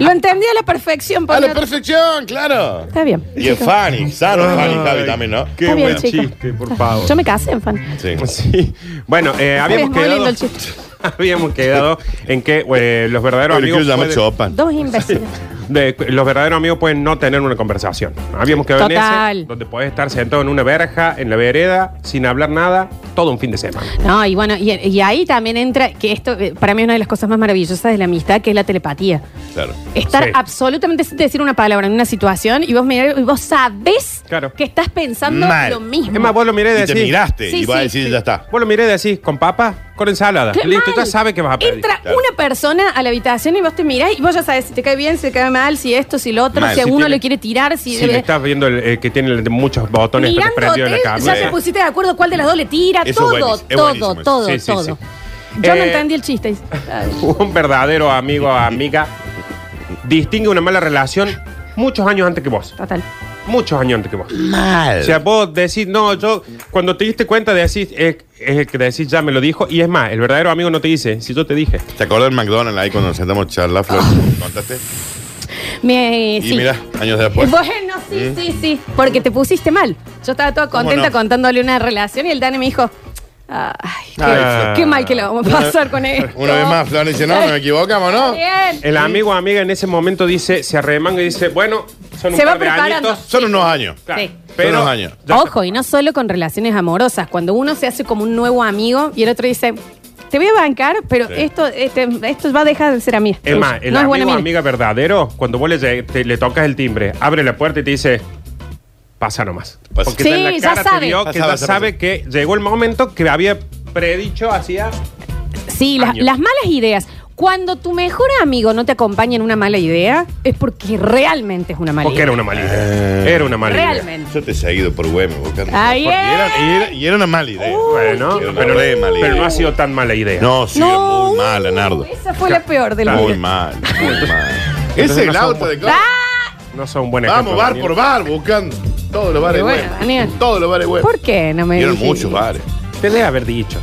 Speaker 2: Lo entendí a la perfección.
Speaker 3: A
Speaker 2: pone-
Speaker 3: la perfección, claro.
Speaker 2: Está bien.
Speaker 3: Y es
Speaker 2: chicos.
Speaker 3: Fanny, sano
Speaker 4: Ay,
Speaker 3: Fanny Javi también, ¿no?
Speaker 4: Qué
Speaker 2: Está bien,
Speaker 4: buen
Speaker 2: chicos.
Speaker 4: chiste, por favor.
Speaker 2: Yo me casé en fan.
Speaker 3: Sí.
Speaker 4: Sí. Bueno, eh, habíamos
Speaker 2: muy lindo
Speaker 4: quedado.
Speaker 2: el chiste.
Speaker 4: habíamos quedado en que eh, los verdaderos
Speaker 3: Pero quiero
Speaker 4: amigos.
Speaker 3: llamar
Speaker 4: pueden-
Speaker 3: Chopin.
Speaker 2: Dos imbéciles.
Speaker 4: de- los verdaderos amigos pueden no tener una conversación. Habíamos quedado en
Speaker 2: Total.
Speaker 4: ese, donde puedes estar sentado en una verja, en la vereda, sin hablar nada, todo un fin de semana.
Speaker 2: No, y bueno, y, y ahí también entra, que esto eh, para mí es una de las cosas más maravillosas de la amistad, que es la telepatía.
Speaker 3: Claro.
Speaker 2: Estar
Speaker 4: Sí.
Speaker 2: absolutamente sin decir una palabra en una situación y vos mirar, y vos sabés
Speaker 4: Claro.
Speaker 2: que estás pensando
Speaker 3: Mal.
Speaker 2: lo mismo.
Speaker 4: Es más, vos lo miré y
Speaker 3: Y te
Speaker 4: decís.
Speaker 3: miraste
Speaker 2: Sí,
Speaker 3: y vas a
Speaker 2: sí,
Speaker 3: decir,
Speaker 2: sí.
Speaker 3: ya está.
Speaker 4: Vos lo miré y decís, con papa, con ensalada.
Speaker 2: Qué
Speaker 4: Listo,
Speaker 2: mal.
Speaker 4: ya sabes que vas a pedir.
Speaker 2: Entra
Speaker 3: Claro.
Speaker 2: una persona a la habitación y vos te mirás y vos ya sabes si te cae bien, si te cae mal, si esto, si lo otro,
Speaker 3: Mal,
Speaker 2: si a
Speaker 3: si
Speaker 2: uno
Speaker 4: tiene-
Speaker 2: le quiere tirar, si...
Speaker 4: Si le estás viendo el, eh, que tiene el- muchos botones pre-
Speaker 2: Mirándote,
Speaker 4: prendidos en la
Speaker 2: eh, ya
Speaker 4: cámara.
Speaker 2: te pusiste de acuerdo cuál de las dos le tira,
Speaker 3: Eso es
Speaker 2: todo,
Speaker 3: buenísimo, es buenísimo
Speaker 2: todo,
Speaker 3: eso.
Speaker 2: todo,
Speaker 4: Sí, sí,
Speaker 2: todo.
Speaker 4: sí.
Speaker 2: Yo no
Speaker 4: Eh,
Speaker 2: entendí el chiste.
Speaker 4: Un verdadero amigo o amiga distingue una mala relación muchos años antes que vos.
Speaker 2: Total.
Speaker 4: Muchos años antes que vos.
Speaker 3: Mal.
Speaker 4: O sea, vos decís, no, yo, cuando te diste cuenta, decís, es, es el que decís, ya me lo dijo. Y es más, el verdadero amigo no te dice, si yo te dije.
Speaker 3: ¿Te acuerdas del McDonald's ahí cuando nos sentamos a charlar, Flor? ¿Contaste? Y
Speaker 2: Me, Ah.
Speaker 3: pues.
Speaker 2: sí.
Speaker 3: mira, años después.
Speaker 2: Bueno, sí, sí, sí. Porque te pusiste mal. Yo estaba toda
Speaker 3: ¿Cómo
Speaker 2: contenta
Speaker 3: no?
Speaker 2: contándole una relación y el Dani me dijo. Ay, qué,
Speaker 4: Ay,
Speaker 2: qué mal que lo vamos a pasar con esto.
Speaker 3: Una vez más, Flor dice, no, nos equivocamos, ¿no?
Speaker 2: Bien.
Speaker 4: El amigo o amiga en ese momento dice, se arremanga y dice, bueno, son un
Speaker 2: Se va
Speaker 4: par de
Speaker 2: preparando.
Speaker 4: añitos.
Speaker 3: Son unos años.
Speaker 4: Claro,
Speaker 2: Sí.
Speaker 4: Pero,
Speaker 3: Son unos años.
Speaker 4: ya
Speaker 2: Ojo, y no solo con relaciones amorosas. Cuando uno se hace como un nuevo amigo y el otro dice, te voy a bancar, pero
Speaker 3: Sí.
Speaker 2: esto, este, esto va a dejar de ser a mí.
Speaker 4: Es más, el
Speaker 2: no es buena
Speaker 4: amigo o
Speaker 2: mina.
Speaker 4: amiga verdadero, cuando vos le, lleg- te- le tocas el timbre, abre la puerta y te dice, pasa nomás.
Speaker 3: Pasa.
Speaker 4: Porque
Speaker 2: Sí,
Speaker 4: en la
Speaker 2: ya
Speaker 4: cara te
Speaker 2: sabe.
Speaker 4: vio
Speaker 3: Pasa,
Speaker 4: que ya
Speaker 3: pasa,
Speaker 4: sabe
Speaker 3: pasa.
Speaker 4: que llegó el momento que había predicho hacía...
Speaker 2: Sí, las,
Speaker 4: años.
Speaker 2: las malas ideas. Cuando tu mejor amigo no te acompaña en una mala idea, es porque realmente es una mala
Speaker 4: Porque
Speaker 2: idea.
Speaker 4: era una mala
Speaker 3: Eh.
Speaker 4: idea. Era una mala idea.
Speaker 2: realmente.
Speaker 3: Yo te he seguido por Güemes buscando.
Speaker 2: Ay,
Speaker 3: Porque
Speaker 2: eh.
Speaker 3: era- y, era, y era una mala idea.
Speaker 2: Uh.
Speaker 4: Bueno,
Speaker 3: Era una
Speaker 4: pero,
Speaker 3: re mala
Speaker 4: pero
Speaker 3: idea.
Speaker 4: no ha sido tan mala idea.
Speaker 3: No, sí, era muy
Speaker 2: uh,
Speaker 3: mala, Nardo.
Speaker 2: Esa fue la peor de la
Speaker 3: Muy
Speaker 2: vida.
Speaker 3: mal, muy mal.
Speaker 4: Entonces
Speaker 3: Ese es
Speaker 4: no
Speaker 3: el
Speaker 4: son
Speaker 3: auto de...
Speaker 4: No son un buen
Speaker 3: Vamos,
Speaker 4: ejemplo,
Speaker 3: bar
Speaker 4: Daniel.
Speaker 3: por bar, buscando. Todos los bares
Speaker 2: Pero bueno,
Speaker 3: buenos.
Speaker 2: Daniel.
Speaker 3: Todos los bares
Speaker 4: pues.
Speaker 3: buenos.
Speaker 2: ¿Por qué no me
Speaker 3: Vieron
Speaker 2: dijiste?
Speaker 3: muchos bares.
Speaker 4: Te debe haber dicho.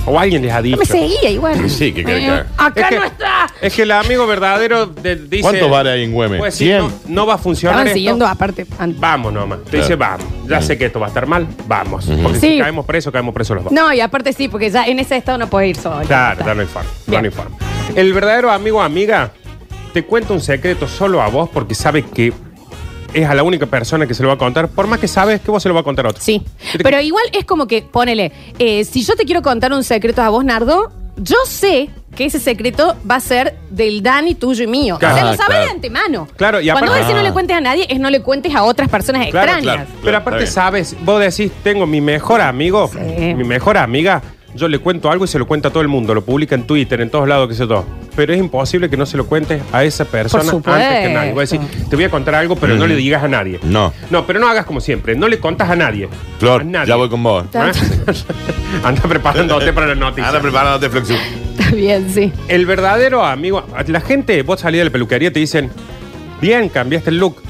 Speaker 4: o alguien les ha
Speaker 2: No
Speaker 4: dicho.
Speaker 2: me seguía igual.
Speaker 3: Sí, ¿qué querés que haga?
Speaker 2: Acá
Speaker 4: Es que-
Speaker 2: no está.
Speaker 4: Es que el amigo verdadero de- dice.
Speaker 3: ¿Cuántos bares hay en Güemes?
Speaker 4: Pues sí,
Speaker 3: Cien.
Speaker 4: no, no va a funcionar.
Speaker 2: Estaban
Speaker 4: esto.
Speaker 2: siguiendo aparte. an-
Speaker 4: Vamos nomás. Te
Speaker 3: Claro.
Speaker 4: dice, vamos. Ya sé que esto va a estar mal. Vamos. Porque si
Speaker 2: Sí.
Speaker 4: caemos presos, caemos presos los dos.
Speaker 2: No, y aparte sí, porque ya en ese estado no puedes ir solo.
Speaker 4: Claro, ya no hay forma. Ya
Speaker 2: Bien.
Speaker 4: no hay forma. El verdadero amigo o amiga te cuenta un secreto solo a vos porque sabe que es a la única persona que se lo va a contar. Por más que sabes que vos se lo va a contar a otro.
Speaker 2: Sí. Pero igual es como que, ponele, eh, si yo te quiero contar un secreto a vos, Nardo, yo sé que ese secreto va a ser del Dani, tuyo y mío.
Speaker 4: Claro.
Speaker 2: o sea,
Speaker 3: Ah,
Speaker 2: lo sabes
Speaker 3: claro.
Speaker 2: de antemano.
Speaker 4: Claro, y
Speaker 2: Cuando
Speaker 4: aparte-
Speaker 2: vos decís no le cuentes a nadie, es no le cuentes a otras personas
Speaker 4: Claro,
Speaker 2: extrañas.
Speaker 3: claro.
Speaker 4: Pero
Speaker 3: está
Speaker 4: aparte
Speaker 3: bien.
Speaker 4: sabes, vos decís, tengo mi mejor amigo,
Speaker 2: Sí.
Speaker 4: mi mejor amiga, yo le cuento algo y se lo cuenta a todo el mundo, lo publica en Twitter, en todos lados, que sé todo. Pero es imposible que no se lo cuentes a esa persona antes
Speaker 2: supuesto.
Speaker 4: que nadie. Vos decís, te voy a contar algo, pero no le digas a nadie.
Speaker 3: Mm. No.
Speaker 4: No, pero no hagas como siempre, no le contas a nadie.
Speaker 3: Flor,
Speaker 4: a nadie.
Speaker 3: ya voy con vos.
Speaker 4: ¿Eh? Anda preparándote para la noticia.
Speaker 3: Anda preparándote, Flexu.
Speaker 2: bien, sí.
Speaker 4: El verdadero amigo. La gente, vos salís de la peluquería y te dicen, bien, cambiaste el look.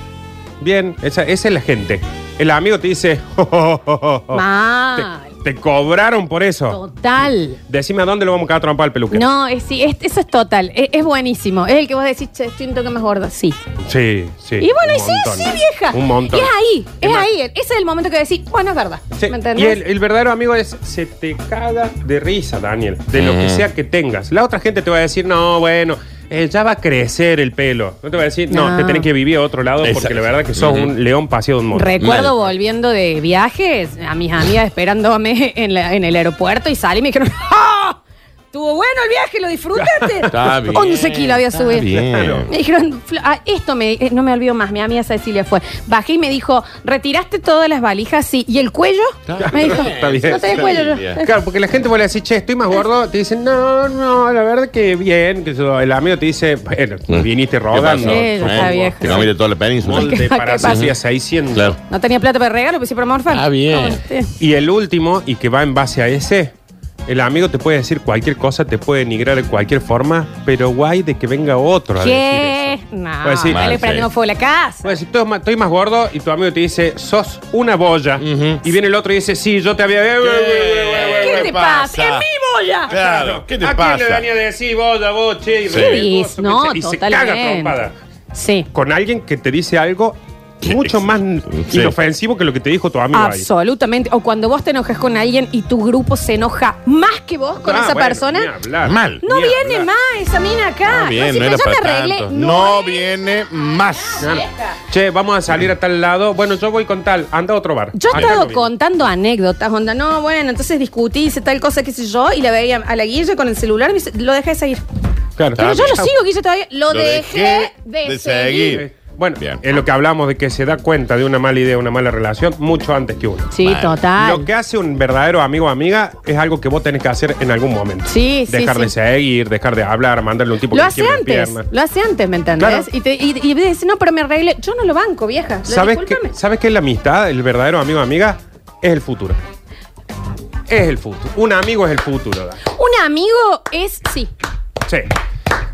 Speaker 4: Bien, esa, esa es la gente. El amigo te dice, "Oh, "Jo, jo, jo, jo, jo".
Speaker 2: Mal.
Speaker 4: Te, oh. te cobraron por eso.
Speaker 2: Total.
Speaker 4: Decime a dónde lo vamos a quedar trompar al peluquero.
Speaker 2: No, es, sí, es- eso es total. Es, es buenísimo. Es el que vos decís, che, estoy un toque más gorda. Sí.
Speaker 4: Sí, sí.
Speaker 2: Y bueno,
Speaker 4: un
Speaker 2: y sí,
Speaker 4: montón.
Speaker 2: sí, vieja.
Speaker 4: Un montón.
Speaker 2: Y es ahí,
Speaker 4: Y
Speaker 2: es
Speaker 4: más-
Speaker 2: ahí. Ese es el momento que decís, bueno, es verdad.
Speaker 4: Sí,
Speaker 2: ¿Me entendés?
Speaker 4: Y el, el verdadero amigo es, se te caga de risa, Daniel, de lo que sea que tengas. La otra gente te va a decir, no, bueno, eh, ya va a crecer el pelo. No te va a decir, no,
Speaker 2: No.
Speaker 4: te tenés que vivir a otro lado porque
Speaker 3: Exacto.
Speaker 4: la verdad que sos un león paseo de un mono.
Speaker 2: Recuerdo
Speaker 3: Mal.
Speaker 2: volviendo de viajes a mis amigas esperándome en, la- en el aeropuerto y salí y me dijeron, ¡Ah! ¿Tuvo bueno el viaje? ¿Lo disfrutaste?
Speaker 3: Está bien.
Speaker 2: 11 kilos había
Speaker 3: está
Speaker 2: subido.
Speaker 3: bien.
Speaker 2: Me dijeron, Fl- ah, esto me, eh, no me olvido más, mi amiga Cecilia fue. Bajé y me dijo, ¿retiraste todas las valijas? Sí. ¿Y el cuello?
Speaker 3: Está
Speaker 2: me dijo,
Speaker 3: bien,
Speaker 2: no te
Speaker 3: está
Speaker 2: des cuello.
Speaker 3: bien.
Speaker 2: yo".
Speaker 4: Claro, porque la gente vuelve a decir, che, estoy más gordo. Te dicen, no, no, la verdad que bien. Que yo- el amigo te dice, bueno,
Speaker 3: Mm.
Speaker 4: viniste rodando.
Speaker 2: pasó? Sí, ya está
Speaker 4: supongo.
Speaker 2: vieja.
Speaker 3: Que no mire toda la península.
Speaker 4: Molde para
Speaker 2: pasa?
Speaker 4: Cecilia 600.
Speaker 3: Claro.
Speaker 2: No tenía plata para regalo, pero sí para morfar.
Speaker 3: Está bien.
Speaker 2: Ah, bueno, sí.
Speaker 4: Y el último, y que va en base a ese, el amigo te puede decir cualquier cosa, te puede denigrar de cualquier forma, pero guay de que venga otro a
Speaker 2: ¿Qué?
Speaker 4: decir eso.
Speaker 2: No,
Speaker 4: Puede decir,
Speaker 2: dale,
Speaker 3: Mal,
Speaker 2: prendemos
Speaker 3: Pues sí. Pues,
Speaker 2: fuego a la casa.
Speaker 4: puede decir, estoy más, estoy más gordo, y tu amigo te dice, sos una boya. Y viene el otro y dice, sí, yo te había...
Speaker 2: ¿Qué te pasa? ¡Es mi boya!
Speaker 3: Claro, ¿qué te
Speaker 4: ¿A
Speaker 3: pasa?
Speaker 4: quién le venía a decir boya, vos, che? Y
Speaker 3: Sí.
Speaker 4: respetuoso,
Speaker 2: No,
Speaker 4: que se- y se
Speaker 2: totalmente.
Speaker 4: caga trompada.
Speaker 2: Sí.
Speaker 4: Con alguien que te dice algo mucho más
Speaker 3: Sí.
Speaker 4: inofensivo que lo que te dijo tu amigo ahí.
Speaker 2: Absolutamente. O cuando vos te enojas con alguien y tu grupo se enoja más que vos con
Speaker 4: Ah,
Speaker 2: esa
Speaker 4: bueno, ni
Speaker 2: persona.
Speaker 4: hablar.
Speaker 3: Mal.
Speaker 2: No
Speaker 4: ni
Speaker 2: viene
Speaker 4: hablar.
Speaker 2: más esa mina acá.
Speaker 3: Está bien,
Speaker 2: Ah, si
Speaker 3: no
Speaker 2: me-
Speaker 3: era
Speaker 2: yo me
Speaker 3: para
Speaker 2: arreglé.
Speaker 3: tanto.
Speaker 2: No,
Speaker 3: No
Speaker 2: es.
Speaker 3: viene más.
Speaker 4: Claro.
Speaker 2: Esta.
Speaker 4: Ah, Che, vamos a salir a tal lado. Bueno, yo voy con tal. Anda a otro bar.
Speaker 2: Yo he
Speaker 4: Acá no
Speaker 2: estado
Speaker 4: viene.
Speaker 2: contando anécdotas, onda, no, bueno, entonces discutí, hice tal cosa, qué sé yo, y la veía a la Guille con el celular y me dice, lo dejé de seguir.
Speaker 4: Claro.
Speaker 3: Está
Speaker 2: Pero yo lo
Speaker 3: bien.
Speaker 2: sigo, Guille, todavía. Lo,
Speaker 3: Lo
Speaker 2: dejé,
Speaker 3: dejé
Speaker 2: de,
Speaker 3: de
Speaker 2: seguir.
Speaker 3: seguir.
Speaker 4: Eh, Bueno,
Speaker 3: Bien.
Speaker 4: es lo que hablamos de que se da cuenta de una mala idea, una mala relación, mucho antes que uno.
Speaker 2: Sí,
Speaker 3: Mal.
Speaker 2: total.
Speaker 4: Lo que hace un verdadero amigo o amiga es algo que vos tenés que hacer en algún momento.
Speaker 2: Sí, sí,
Speaker 4: Dejar
Speaker 2: sí.
Speaker 4: de seguir, dejar de hablar, mandarle un tipo
Speaker 2: Lo
Speaker 4: que
Speaker 2: hace
Speaker 4: quiebre
Speaker 2: antes,
Speaker 4: pierna.
Speaker 2: lo hace antes, ¿me entendés?
Speaker 4: Claro.
Speaker 2: Y, te, y, y dice, no, pero me arreglé. Yo no lo banco, vieja. Lo-
Speaker 4: ¿Sabes qué,
Speaker 2: discúlpame.
Speaker 4: ¿Sabes qué es la amistad? El verdadero amigo o amiga es el futuro. Es el futuro. Un amigo es el futuro. Dan.
Speaker 2: Un amigo es, sí,
Speaker 4: Sí.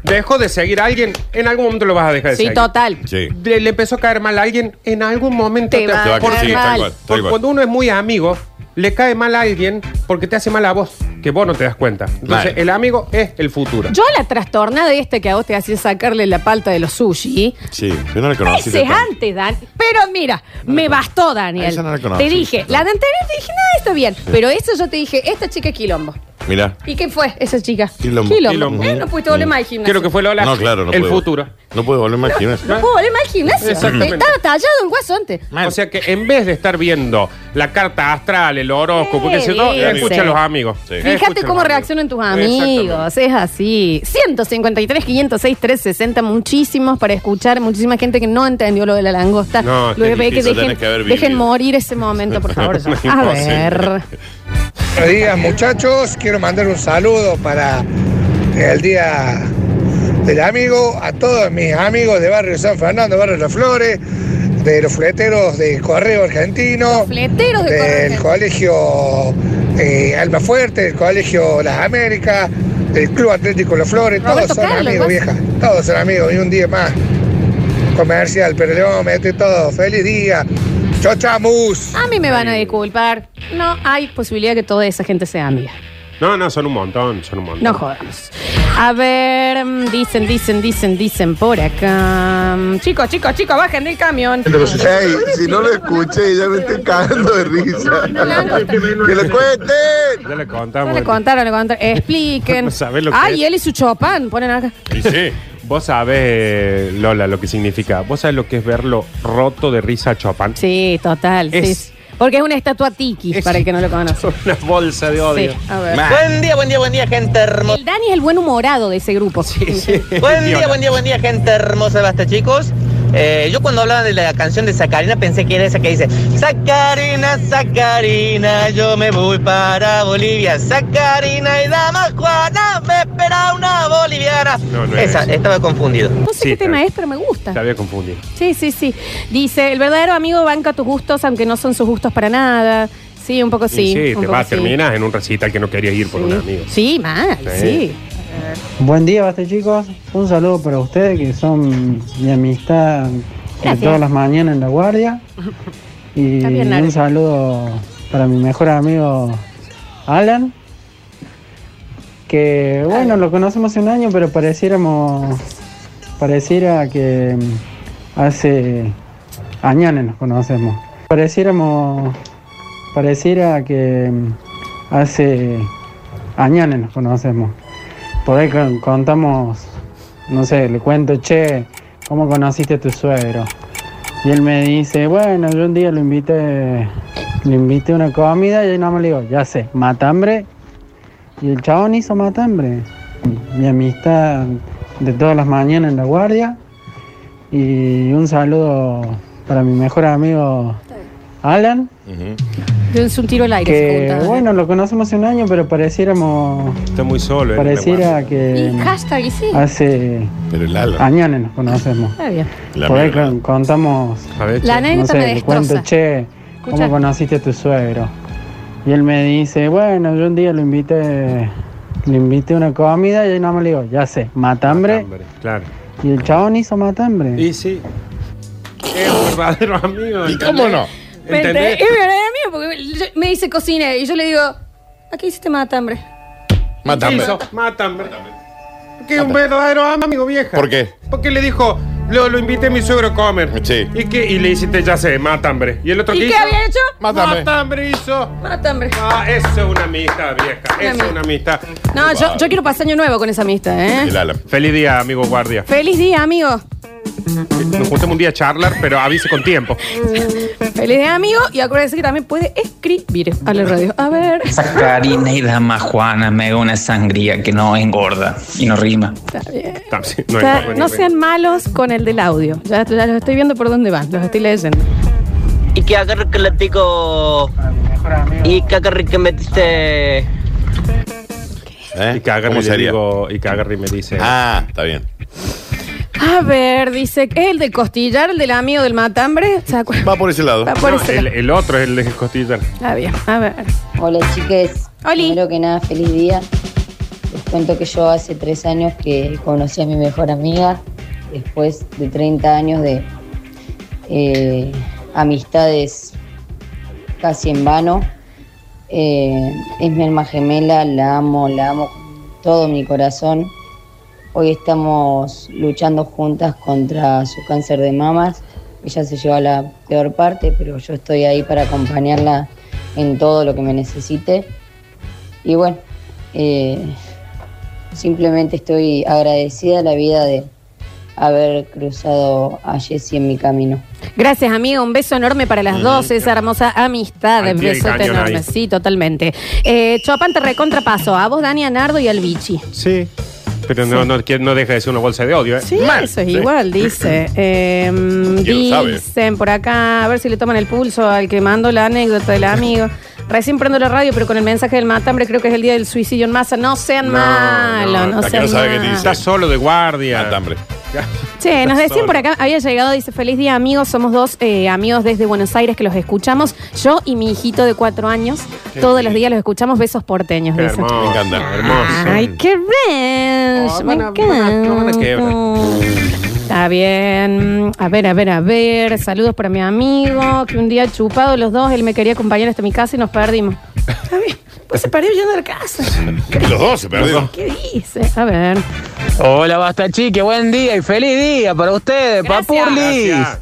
Speaker 4: Dejó de seguir a alguien, en algún momento lo vas a dejar de
Speaker 2: sí,
Speaker 4: seguir.
Speaker 2: total.
Speaker 3: Sí.
Speaker 4: le, le empezó a caer mal a alguien, en algún momento
Speaker 2: Te va a
Speaker 4: porque-
Speaker 2: caer
Speaker 3: Sí,
Speaker 2: mal.
Speaker 3: tal cual,
Speaker 4: porque
Speaker 3: tal cual.
Speaker 4: cuando uno es muy amigo, le cae mal a alguien porque te hace mal a vos, que vos no te das cuenta. Entonces,
Speaker 3: Mal.
Speaker 4: el amigo es el futuro.
Speaker 2: Yo la trastornada esta que a vos te hacía sacarle la palta de los sushi.
Speaker 3: Sí, yo no la conocí.
Speaker 2: Meses antes, Dan. Pero mira, me bastó, Daniel.
Speaker 3: Esa no la conocí.
Speaker 2: te dije, la de anterior te dije, no, está bien. Pero eso yo te dije, esta chica es quilombo.
Speaker 3: Mira.
Speaker 2: ¿Y qué fue esa chica?
Speaker 3: Quilombo. Mm.
Speaker 4: Quilombo.
Speaker 2: Eh, no pudiste volver más al gimnasio.
Speaker 4: Creo que fue Lola.
Speaker 3: No, claro, no
Speaker 4: El
Speaker 3: puedo.
Speaker 4: futuro.
Speaker 3: No puedo volver más gimnasio.
Speaker 2: No puedo volver más al gimnasio.
Speaker 4: Exactamente.
Speaker 2: Estaba tallado en hueso antes.
Speaker 4: O sea que en vez de estar viendo la carta astral, el horóscopo,
Speaker 2: Eh,
Speaker 4: qué sé yo,
Speaker 2: dice.
Speaker 4: escucha a los amigos.
Speaker 3: Sí.
Speaker 4: Escucha a
Speaker 2: Fíjate
Speaker 4: los
Speaker 2: cómo
Speaker 4: amigos.
Speaker 2: reaccionan tus
Speaker 4: Exactamente.
Speaker 2: amigos, es así. 153, 506, 360, muchísimos para escuchar, muchísima gente que no entendió lo de la langosta.
Speaker 4: No,
Speaker 2: Lo
Speaker 4: qué
Speaker 2: ve que
Speaker 3: difícil,
Speaker 2: dejen,
Speaker 3: tenés que haber
Speaker 2: dejen
Speaker 3: vivido.
Speaker 2: morir ese momento, por favor. A
Speaker 3: Imposible.
Speaker 2: ver.
Speaker 5: Buenos días muchachos, quiero mandar un saludo para el Día del Amigo, a todos mis amigos de Barrio San Fernando, Barrio Las Flores, de los fleteros de Correo Argentino,
Speaker 2: Fleteros de
Speaker 5: del
Speaker 2: Correo.
Speaker 5: Colegio eh, Alma Fuerte, del Colegio Las Américas, del Club Atlético Las Flores, todos
Speaker 2: Roberto
Speaker 5: son
Speaker 2: Carlos,
Speaker 5: amigos
Speaker 2: vas.
Speaker 5: vieja, todos son amigos y un día más comercial, pero le vamos a meter todo, feliz día, chochamus.
Speaker 2: A mí me van a disculpar. No hay posibilidad que toda esa gente sea amiga.
Speaker 4: No, no, son un montón, son un montón.
Speaker 2: No jodamos. A ver, mm, dicen, dicen, dicen, dicen por acá. Mm, Chicos, chicos, chicos, bajen del camión.
Speaker 6: Ey, si no lo escuché, ya me estoy cagando de risa. ¡Que lo cuenten!
Speaker 4: Ya le
Speaker 2: No
Speaker 4: contamos.
Speaker 2: le contaron, le contaron. Expliquen.
Speaker 4: No sabés lo que
Speaker 2: Ay,
Speaker 4: es.
Speaker 2: él y su chopán, ponen acá.
Speaker 3: Y sí.
Speaker 4: Vos sabés, eh, Lola, lo que significa. Vos sabés lo que es verlo roto de risa a Chopin.
Speaker 2: Sí, total.
Speaker 4: Es-
Speaker 2: sí. Porque es una estatua tiki,
Speaker 4: es-
Speaker 2: para el que no lo conoce.
Speaker 4: Una bolsa de odio.
Speaker 2: Sí, a ver.
Speaker 4: Ah,
Speaker 7: Buen día, buen día, buen día, gente hermosa.
Speaker 2: El Dani es el buen humorado de ese grupo.
Speaker 7: Buen día, buen día, buen día, gente hermosa, basta chicos. Eh, yo cuando hablaban de la canción de Sacarina pensé que era esa que dice Sacarina, Sacarina, yo me voy para Bolivia. Sacarina y dama Juana, me espera una boliviana.
Speaker 4: No, no es
Speaker 7: esa,
Speaker 4: esa.
Speaker 7: estaba confundido.
Speaker 2: No sé
Speaker 4: Sí,
Speaker 2: qué tema
Speaker 4: está-
Speaker 2: es, pero me gusta.
Speaker 4: Te había confundido.
Speaker 2: Sí, sí, sí. Dice, el verdadero amigo banca tus gustos, aunque no son sus gustos para nada. Sí, un poco sí.
Speaker 4: Y sí,
Speaker 2: un
Speaker 4: te
Speaker 2: poco
Speaker 4: vas,
Speaker 2: sí.
Speaker 4: terminas en un recital que no querías ir por
Speaker 2: Sí.
Speaker 4: un amigo.
Speaker 2: Sí, mal, sí.
Speaker 4: Sí.
Speaker 2: Eh,
Speaker 8: Buen día, basta chicos. Un saludo para ustedes que son mi amistad de
Speaker 2: Gracias.
Speaker 8: todas las mañanas en la guardia. Y
Speaker 2: Está bien, Nare.
Speaker 8: un saludo para mi mejor amigo Alan. Que bueno, lo conocemos hace un año, pero pareciéramos. Pareciera que mm, hace añanes nos conocemos. Pareciéramos. Pareciera que mm, hace añanes nos conocemos. Por ahí con- contamos, no sé, le cuento, che, ¿cómo conociste a tu suegro? Y él me dice, bueno, yo un día lo invité, le invité a una comida y no me le digo, ya sé, matambre. Y el chabón hizo matambre. Mi amistad de todas las mañanas en la guardia. Y un saludo para mi mejor amigo Alan.
Speaker 2: Dense un tiro al aire. se
Speaker 8: Que
Speaker 2: juntan.
Speaker 8: bueno, lo conocemos hace un año, pero pareciéramos,
Speaker 4: Está muy solo. eh,
Speaker 8: pareciera
Speaker 2: Y
Speaker 8: que
Speaker 2: hashtag, y sí.
Speaker 8: hace
Speaker 3: Pero el ala.
Speaker 8: añanes nos conocemos.
Speaker 2: Está bien.
Speaker 3: La
Speaker 8: Por ahí
Speaker 3: mierda.
Speaker 8: con- contamos,
Speaker 4: A ver,
Speaker 2: La
Speaker 4: che.
Speaker 8: no
Speaker 2: anécdota
Speaker 8: sé,
Speaker 2: me
Speaker 8: le cuento,
Speaker 2: destroza.
Speaker 8: che,
Speaker 2: Escucha.
Speaker 8: ¿cómo conociste a tu suegro? Y él me dice, bueno, yo un día lo invité, le invité a una comida y no me le digo, ya sé, matambre.
Speaker 4: Hambre, Claro.
Speaker 8: Y el chabón hizo matambre.
Speaker 4: Y sí. Es un verdadero amigo.
Speaker 3: ¿Y cómo no?
Speaker 2: Me
Speaker 4: ¿Entendés?
Speaker 2: enteré- Es verdad, mío, porque yo- me dice cocina y yo le digo, ¿a qué hiciste matambre?
Speaker 4: ¿Qué
Speaker 3: Mátame.
Speaker 4: hizo? Mátame. Que es un verdadero amigo vieja.
Speaker 3: ¿Por qué?
Speaker 4: Porque le dijo, lo, lo invité a mi suegro a comer.
Speaker 3: Sí.
Speaker 4: ¿Y qué? Y le hiciste, ya sé, matambre. ¿Y el otro
Speaker 2: ¿Y
Speaker 4: qué
Speaker 2: qué
Speaker 4: hizo?
Speaker 2: había hecho?
Speaker 3: Mátame.
Speaker 4: Matambre hizo.
Speaker 2: Matambre.
Speaker 4: Ah, eso es una amistad, vieja.
Speaker 2: Una
Speaker 4: Eso es
Speaker 2: amistad.
Speaker 4: una amistad.
Speaker 2: No, yo, yo quiero pasar año nuevo con esa amistad, ¿eh?
Speaker 3: El ala.
Speaker 4: Feliz día, amigo guardia.
Speaker 2: Feliz día, amigo.
Speaker 4: Nos juntamos un día a charlar, pero avise con tiempo.
Speaker 2: Feliz día, amigo. Y acuérdense que también puede escribir a la radio. A ver.
Speaker 9: Sacarina y dama Juana me da una sangría que no engorda y no rima.
Speaker 2: Está bien.
Speaker 4: Está, sí, no
Speaker 2: O
Speaker 4: hay
Speaker 2: sea,
Speaker 4: problema.
Speaker 2: no sean malos con el del audio. Ya, ya los estoy viendo por dónde van, los estoy leyendo.
Speaker 7: Y que agarre que le pico. Y que agarre que metiste.
Speaker 3: ¿Eh?
Speaker 4: Y que agarre
Speaker 3: ¿Cómo
Speaker 4: y le
Speaker 3: sería?
Speaker 4: digo- eh, y que agarre y me dice.
Speaker 3: Ah, está bien.
Speaker 2: A ver, dice, ¿es el de costillar, el del amigo del matambre? ¿Se acuerdan?
Speaker 3: Va por ese lado.
Speaker 2: Va
Speaker 4: No,
Speaker 2: por ese
Speaker 4: el,
Speaker 2: lado.
Speaker 4: el otro es el de costillar.
Speaker 2: Está bien, a ver.
Speaker 10: Hola chiques.
Speaker 2: Oli.
Speaker 10: Primero que nada, feliz día. Les cuento que yo hace tres años que conocí a mi mejor amiga, después de 30 años de eh, amistades casi en vano. Eh, es mi alma gemela, la amo, la amo con todo mi corazón. Hoy estamos luchando juntas contra su cáncer de mamas. Ella se lleva la peor parte, pero yo estoy ahí para acompañarla en todo lo que me necesite. Y bueno, eh, simplemente estoy agradecida a la vida de haber cruzado a Jessie en mi camino.
Speaker 2: Gracias, amigo. Un beso enorme para
Speaker 3: Mm,
Speaker 2: las dos, esa hermosa amistad.
Speaker 4: Al pie del
Speaker 2: Besote
Speaker 4: cañón
Speaker 2: enorme.
Speaker 4: ahí.
Speaker 2: Sí, totalmente. Eh, Chopan te recontrapaso. A vos, Dani, a Nardo y al Bichi.
Speaker 4: Sí. Pero no, no, quiere- no deja de ser una bolsa de odio, ¿eh?
Speaker 2: Sí,
Speaker 3: Mal,
Speaker 2: eso es
Speaker 3: sí.
Speaker 2: igual, dice. Eh,
Speaker 3: ¿Quién lo sabe?
Speaker 2: dicen por acá, a ver si le toman el pulso al que mandó la anécdota del amigo. Recién prendo la radio, pero con el mensaje del matambre creo que es el día del suicidio en masa. No sean
Speaker 4: No,
Speaker 2: malos, no,
Speaker 4: no,
Speaker 3: la que
Speaker 2: sean
Speaker 3: no sabe qué
Speaker 2: malos.
Speaker 3: dice.
Speaker 4: Está solo de guardia.
Speaker 3: Matambre.
Speaker 2: Che, nos decían
Speaker 4: solo.
Speaker 2: por acá, había llegado, dice, feliz día amigos, somos dos eh, amigos desde Buenos Aires que los escuchamos, yo y mi hijito de cuatro años, todos los días los escuchamos, besos porteños,
Speaker 4: Qué
Speaker 2: dicen.
Speaker 4: hermoso.
Speaker 3: Me encanta.
Speaker 4: Hermoso.
Speaker 2: Ay, qué ranch,
Speaker 4: Oh,
Speaker 2: me
Speaker 4: van a- van a- lo van a quebrar.
Speaker 2: encanta. Está bien. A ver, a ver, a ver. Saludos para mi amigo, que un día chupado los dos, él me quería acompañar hasta mi casa y nos perdimos. Está bien. Pues se perdió yendo a la casa.
Speaker 3: Los dos se perdieron.
Speaker 2: ¿Qué dice? A ver.
Speaker 9: Hola, basta chique, buen día y feliz día para ustedes,
Speaker 2: Gracias.
Speaker 9: papurlis.
Speaker 4: Gracias.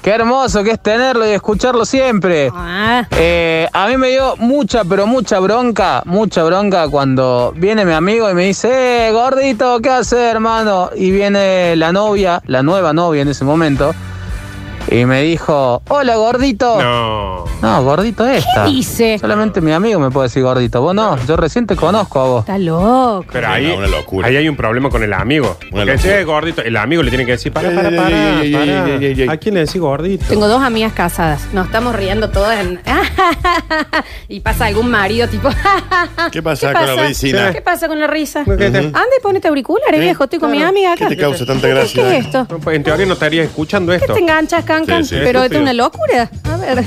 Speaker 9: Qué hermoso que es tenerlo y escucharlo siempre.
Speaker 2: Ah,
Speaker 9: Eh, a mí me dio mucha, pero mucha bronca, mucha bronca cuando viene mi amigo y me dice, eh, gordito, ¿qué haces, hermano? Y viene la novia, la nueva novia en ese momento, y me dijo, hola, gordito.
Speaker 4: No.
Speaker 9: No, gordito esta.
Speaker 2: ¿Qué dice?
Speaker 9: Solamente mi amigo me puede decir gordito. Vos no, yo recién te conozco a vos.
Speaker 2: está loco.
Speaker 4: Pero
Speaker 3: Sí,
Speaker 4: ahí,
Speaker 3: no, una locura.
Speaker 4: ahí hay un problema con el amigo.
Speaker 3: Una
Speaker 4: Porque
Speaker 3: locura.
Speaker 4: che, gordito. El amigo le tiene que decir, para,
Speaker 3: Ey,
Speaker 4: para,
Speaker 3: ey,
Speaker 4: para.
Speaker 3: ey, ey,
Speaker 4: para.
Speaker 3: ey, ey, ey, ey.
Speaker 4: ¿A quién le decís gordito?
Speaker 2: Tengo dos amigas casadas. Nos estamos riendo todas. en- y pasa algún marido tipo.
Speaker 3: ¿Qué pasa con la ricina?
Speaker 2: ¿Qué Ah, pasa con la risa?
Speaker 4: ¿Qué te-
Speaker 2: Anda y ponete auriculares,
Speaker 3: Sí,
Speaker 2: viejo. Estoy con mi
Speaker 4: claro.
Speaker 2: amiga
Speaker 3: ¿Qué
Speaker 2: acá.
Speaker 3: te causa tanta
Speaker 2: ¿Qué-
Speaker 3: gracia?
Speaker 2: ¿Qué es esto?
Speaker 4: No, pues, en teoría no estaría escuchando
Speaker 2: ¿Qué
Speaker 4: esto.
Speaker 2: te enganchas, cancan?
Speaker 3: Sí, sí.
Speaker 2: Pero es
Speaker 4: Estúpido.
Speaker 2: una locura. A ver.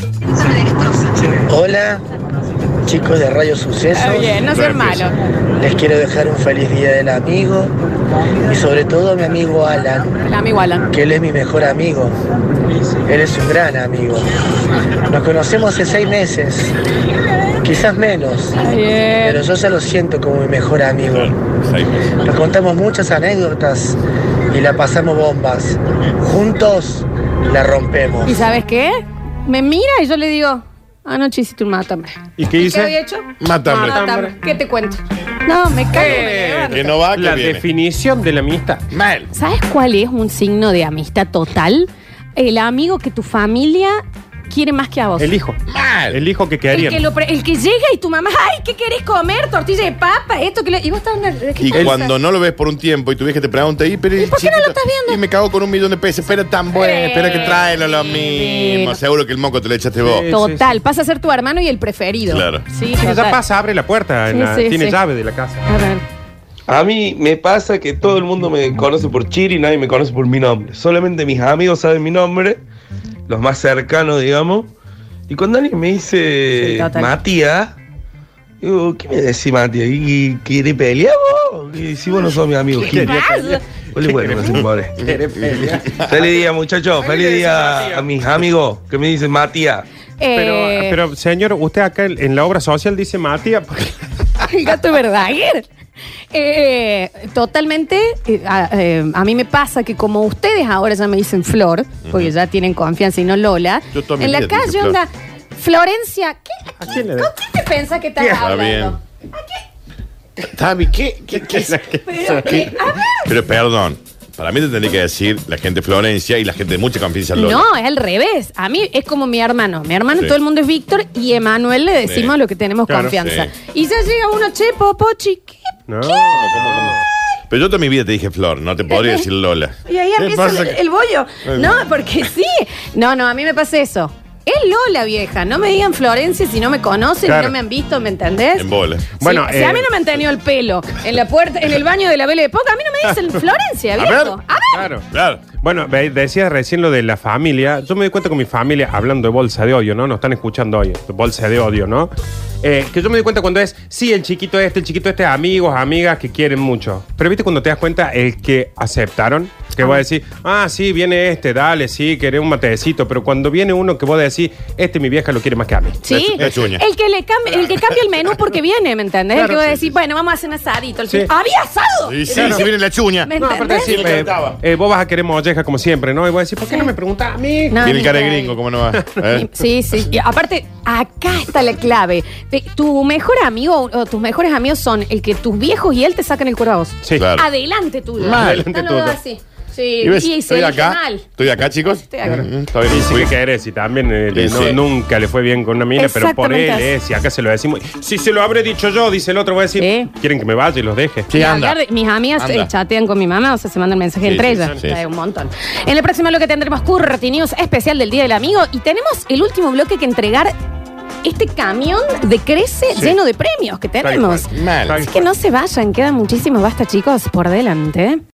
Speaker 7: Hola,
Speaker 11: Chicos de Radio Sucesos.
Speaker 2: Está bien, no sean malos.
Speaker 11: Les quiero dejar un feliz día del amigo y sobre todo a mi amigo Alan,
Speaker 2: El amigo Alan.
Speaker 11: que él es mi mejor amigo. Él es un gran amigo. Nos conocemos hace seis meses, quizás menos,
Speaker 2: Está bien.
Speaker 11: pero yo ya lo siento como mi mejor amigo.
Speaker 3: Seis meses.
Speaker 11: Nos contamos muchas anécdotas y la pasamos bombas. Juntos la rompemos.
Speaker 2: ¿Y sabes qué? Me mira y yo le digo, "Ah, anoche hiciste un mátame.
Speaker 4: ¿Y qué
Speaker 2: ¿Qué había
Speaker 4: hice?
Speaker 2: hecho?
Speaker 3: Mátame.
Speaker 2: Mátame. ¿Qué te cuento? No, me cago. en
Speaker 4: Eh,
Speaker 2: el león.
Speaker 3: Que no va, que
Speaker 4: La
Speaker 3: viene.
Speaker 4: definición de la amistad.
Speaker 3: Mal.
Speaker 2: ¿Sabes cuál es un signo de amistad total? El amigo que tu familia quiere más que a vos.
Speaker 4: El hijo.
Speaker 3: Mal.
Speaker 4: El hijo que
Speaker 2: El que,
Speaker 4: quedaría.
Speaker 2: lo pre- el que llega y tu mamá, ay, ¿qué querés comer? Tortilla de papa, esto que lo... Y vos estás... ¿qué
Speaker 3: Y
Speaker 2: pasa?
Speaker 3: cuando no lo ves por un tiempo y tu vieja te pregunta, ¿y, pero,
Speaker 2: ¿Y por qué no
Speaker 3: chiquito,
Speaker 2: lo estás viendo?
Speaker 3: Y me cago con un millón de pesos. Espera tan bueno,
Speaker 2: Eh,
Speaker 3: espera que tráelo lo mismo.
Speaker 2: divino.
Speaker 3: Seguro que el moco te lo echaste vos.
Speaker 4: Sí.
Speaker 2: Total, pasa a ser tu hermano y el preferido.
Speaker 3: Claro.
Speaker 2: Sí,
Speaker 4: Pero Ya
Speaker 2: total.
Speaker 4: pasa, abre la puerta. en
Speaker 2: Sí,
Speaker 4: la-
Speaker 2: sí,
Speaker 4: tiene
Speaker 2: sí.
Speaker 4: llave de la casa.
Speaker 2: A ver.
Speaker 12: A mí me pasa que todo el mundo me conoce por Chiri y nadie me conoce por mi nombre. Solamente mis amigos saben mi nombre, los más cercanos, digamos. Y cuando alguien me
Speaker 2: Sí,
Speaker 12: dice
Speaker 2: total.
Speaker 12: Matías, digo, ¿qué me decís Matías? ¿Y- y- ¿Querés pelear vos? Y si vos no sos mi amigo, ¿quién?
Speaker 2: pasa?
Speaker 12: Vos le vuelves, no se muere. Feliz día, muchachos. Feliz día a mis amigos que me dicen Matías.
Speaker 4: Pero,
Speaker 2: Eh,
Speaker 4: pero, señor, usted acá en, en la obra social dice Matías. porque-
Speaker 2: El gato Verdaguer. Eh, totalmente, eh, a, eh, a mí me pasa que como ustedes ahora ya me dicen Flor, porque ya tienen confianza y no Lola,
Speaker 3: Yo toda mi
Speaker 2: en la
Speaker 3: vida te dije
Speaker 2: calle
Speaker 3: Flor.
Speaker 2: onda, Florencia, ¿qué,
Speaker 4: ¿A quién le
Speaker 2: ¿con
Speaker 4: da?
Speaker 2: quién te pensás que estás
Speaker 4: Bien.
Speaker 3: Está
Speaker 2: hablando?
Speaker 3: bien. Está bien. ¿Qué? ¿Qué? ¿Qué?
Speaker 2: Pero, eh, a ver,
Speaker 3: Pero perdón. Para mí te tendría que decir la gente de Florencia y la gente de mucha confianza en Lola.
Speaker 2: No, es al revés. A mí es como mi hermano. Mi hermano,
Speaker 3: Sí.
Speaker 2: todo el mundo es Víctor y Emanuel le decimos
Speaker 3: Sí.
Speaker 2: lo que tenemos
Speaker 4: Claro.
Speaker 2: confianza.
Speaker 3: Sí.
Speaker 2: Y ya llega uno, che, Popochi, ¿qué?
Speaker 4: No.
Speaker 3: Pero yo toda mi vida te dije Flor, no te podría decir Lola.
Speaker 2: Y ahí
Speaker 3: ¿Qué
Speaker 2: empieza
Speaker 3: pasa
Speaker 2: el,
Speaker 3: que-
Speaker 2: el bollo. No, porque sí. No, no, a mí me pasa eso. Es Lola, vieja. No me digan Florencia si no me conocen,
Speaker 4: Claro.
Speaker 2: y no me han visto, ¿me entendés?
Speaker 3: En bola.
Speaker 4: Bueno,
Speaker 2: Bueno, si a
Speaker 4: eh,
Speaker 2: mí no me han tenido el pelo en la puerta, en el baño de la vela de poca, a mí no me dicen Florencia,
Speaker 3: A
Speaker 2: viejo.
Speaker 3: ver.
Speaker 2: A ver.
Speaker 4: Claro.
Speaker 3: Claro.
Speaker 4: Bueno, ve- decías recién lo de la familia. Yo me doy cuenta con mi familia, hablando de bolsa de odio, ¿no? Nos están escuchando hoy, de bolsa de odio, ¿no? Eh, que yo me doy cuenta cuando es, sí, el chiquito este, el chiquito este, amigos, amigas que quieren mucho. Pero viste cuando te das cuenta el que aceptaron, que vos decís, ah, sí, viene este, dale, sí, querés un matecito. Pero cuando viene uno que vos decís, este mi vieja lo quiere más que a mí.
Speaker 2: Sí,
Speaker 3: La chuña.
Speaker 2: el que, le cambia, el que cambia el menú porque viene, ¿me entendés? el
Speaker 4: Claro,
Speaker 2: que va a
Speaker 4: sí,
Speaker 2: decir, bueno, vamos a hacer un asadito. El
Speaker 4: Sí.
Speaker 2: fin- ¡Había asado!
Speaker 3: Y sí, si viene la chuña.
Speaker 2: ¿Me
Speaker 4: No, aparte
Speaker 2: entendés?
Speaker 4: decís,
Speaker 3: Sí, le
Speaker 4: eh,
Speaker 3: cantaba.
Speaker 4: eh, vos vas a querer molleja como siempre, ¿no? Y vos decís, ¿por qué no me preguntás a mí?
Speaker 2: No,
Speaker 3: Tiene
Speaker 2: ni
Speaker 3: cara de
Speaker 2: idea.
Speaker 3: gringo, ¿cómo no va? ¿Eh?
Speaker 2: Sí, sí. Y aparte, acá está la clave. Te- tu mejor amigo o tus mejores amigos son el que tus viejos y él te sacan el cuero a vos.
Speaker 4: Sí.
Speaker 3: Claro.
Speaker 2: Adelante tuyo.
Speaker 4: Mal. Adelante
Speaker 2: no,
Speaker 4: tuyo.
Speaker 2: no, así. Sí,
Speaker 3: ¿Y ves?
Speaker 2: y se
Speaker 3: Estoy
Speaker 2: elige
Speaker 3: acá.
Speaker 2: mal.
Speaker 3: Estoy acá, chicos.
Speaker 2: Estoy acá.
Speaker 3: Mm, Está bien.
Speaker 4: Y sí
Speaker 3: Fui-
Speaker 4: que querés, y también eh,
Speaker 3: Sí,
Speaker 4: no-
Speaker 3: sí.
Speaker 4: nunca le fue bien con una mina, pero por él
Speaker 2: Exactamente.
Speaker 4: es, y acá se lo decimos. Si se lo habré dicho yo, dice el otro, voy a decir,
Speaker 2: Sí.
Speaker 4: quieren que me vaya y los deje.
Speaker 3: Sí,
Speaker 2: Ni
Speaker 3: anda.
Speaker 2: hablar de- mis amigas
Speaker 3: Anda.
Speaker 2: eh, chatean con mi mamá, o sea, se mandan mensajes
Speaker 3: Sí,
Speaker 2: entre
Speaker 3: sí,
Speaker 2: ellas.
Speaker 3: sí, sí.
Speaker 2: Hay un montón. En el próximo bloque tendremos Curti News especial del Día del Amigo y tenemos el último bloque que entregar este camión de crece
Speaker 4: Sí.
Speaker 2: lleno de premios que tenemos.
Speaker 4: Tal
Speaker 3: Mal.
Speaker 4: Tal
Speaker 2: Así que no se vayan, quedan muchísimos basta, chicos, por delante.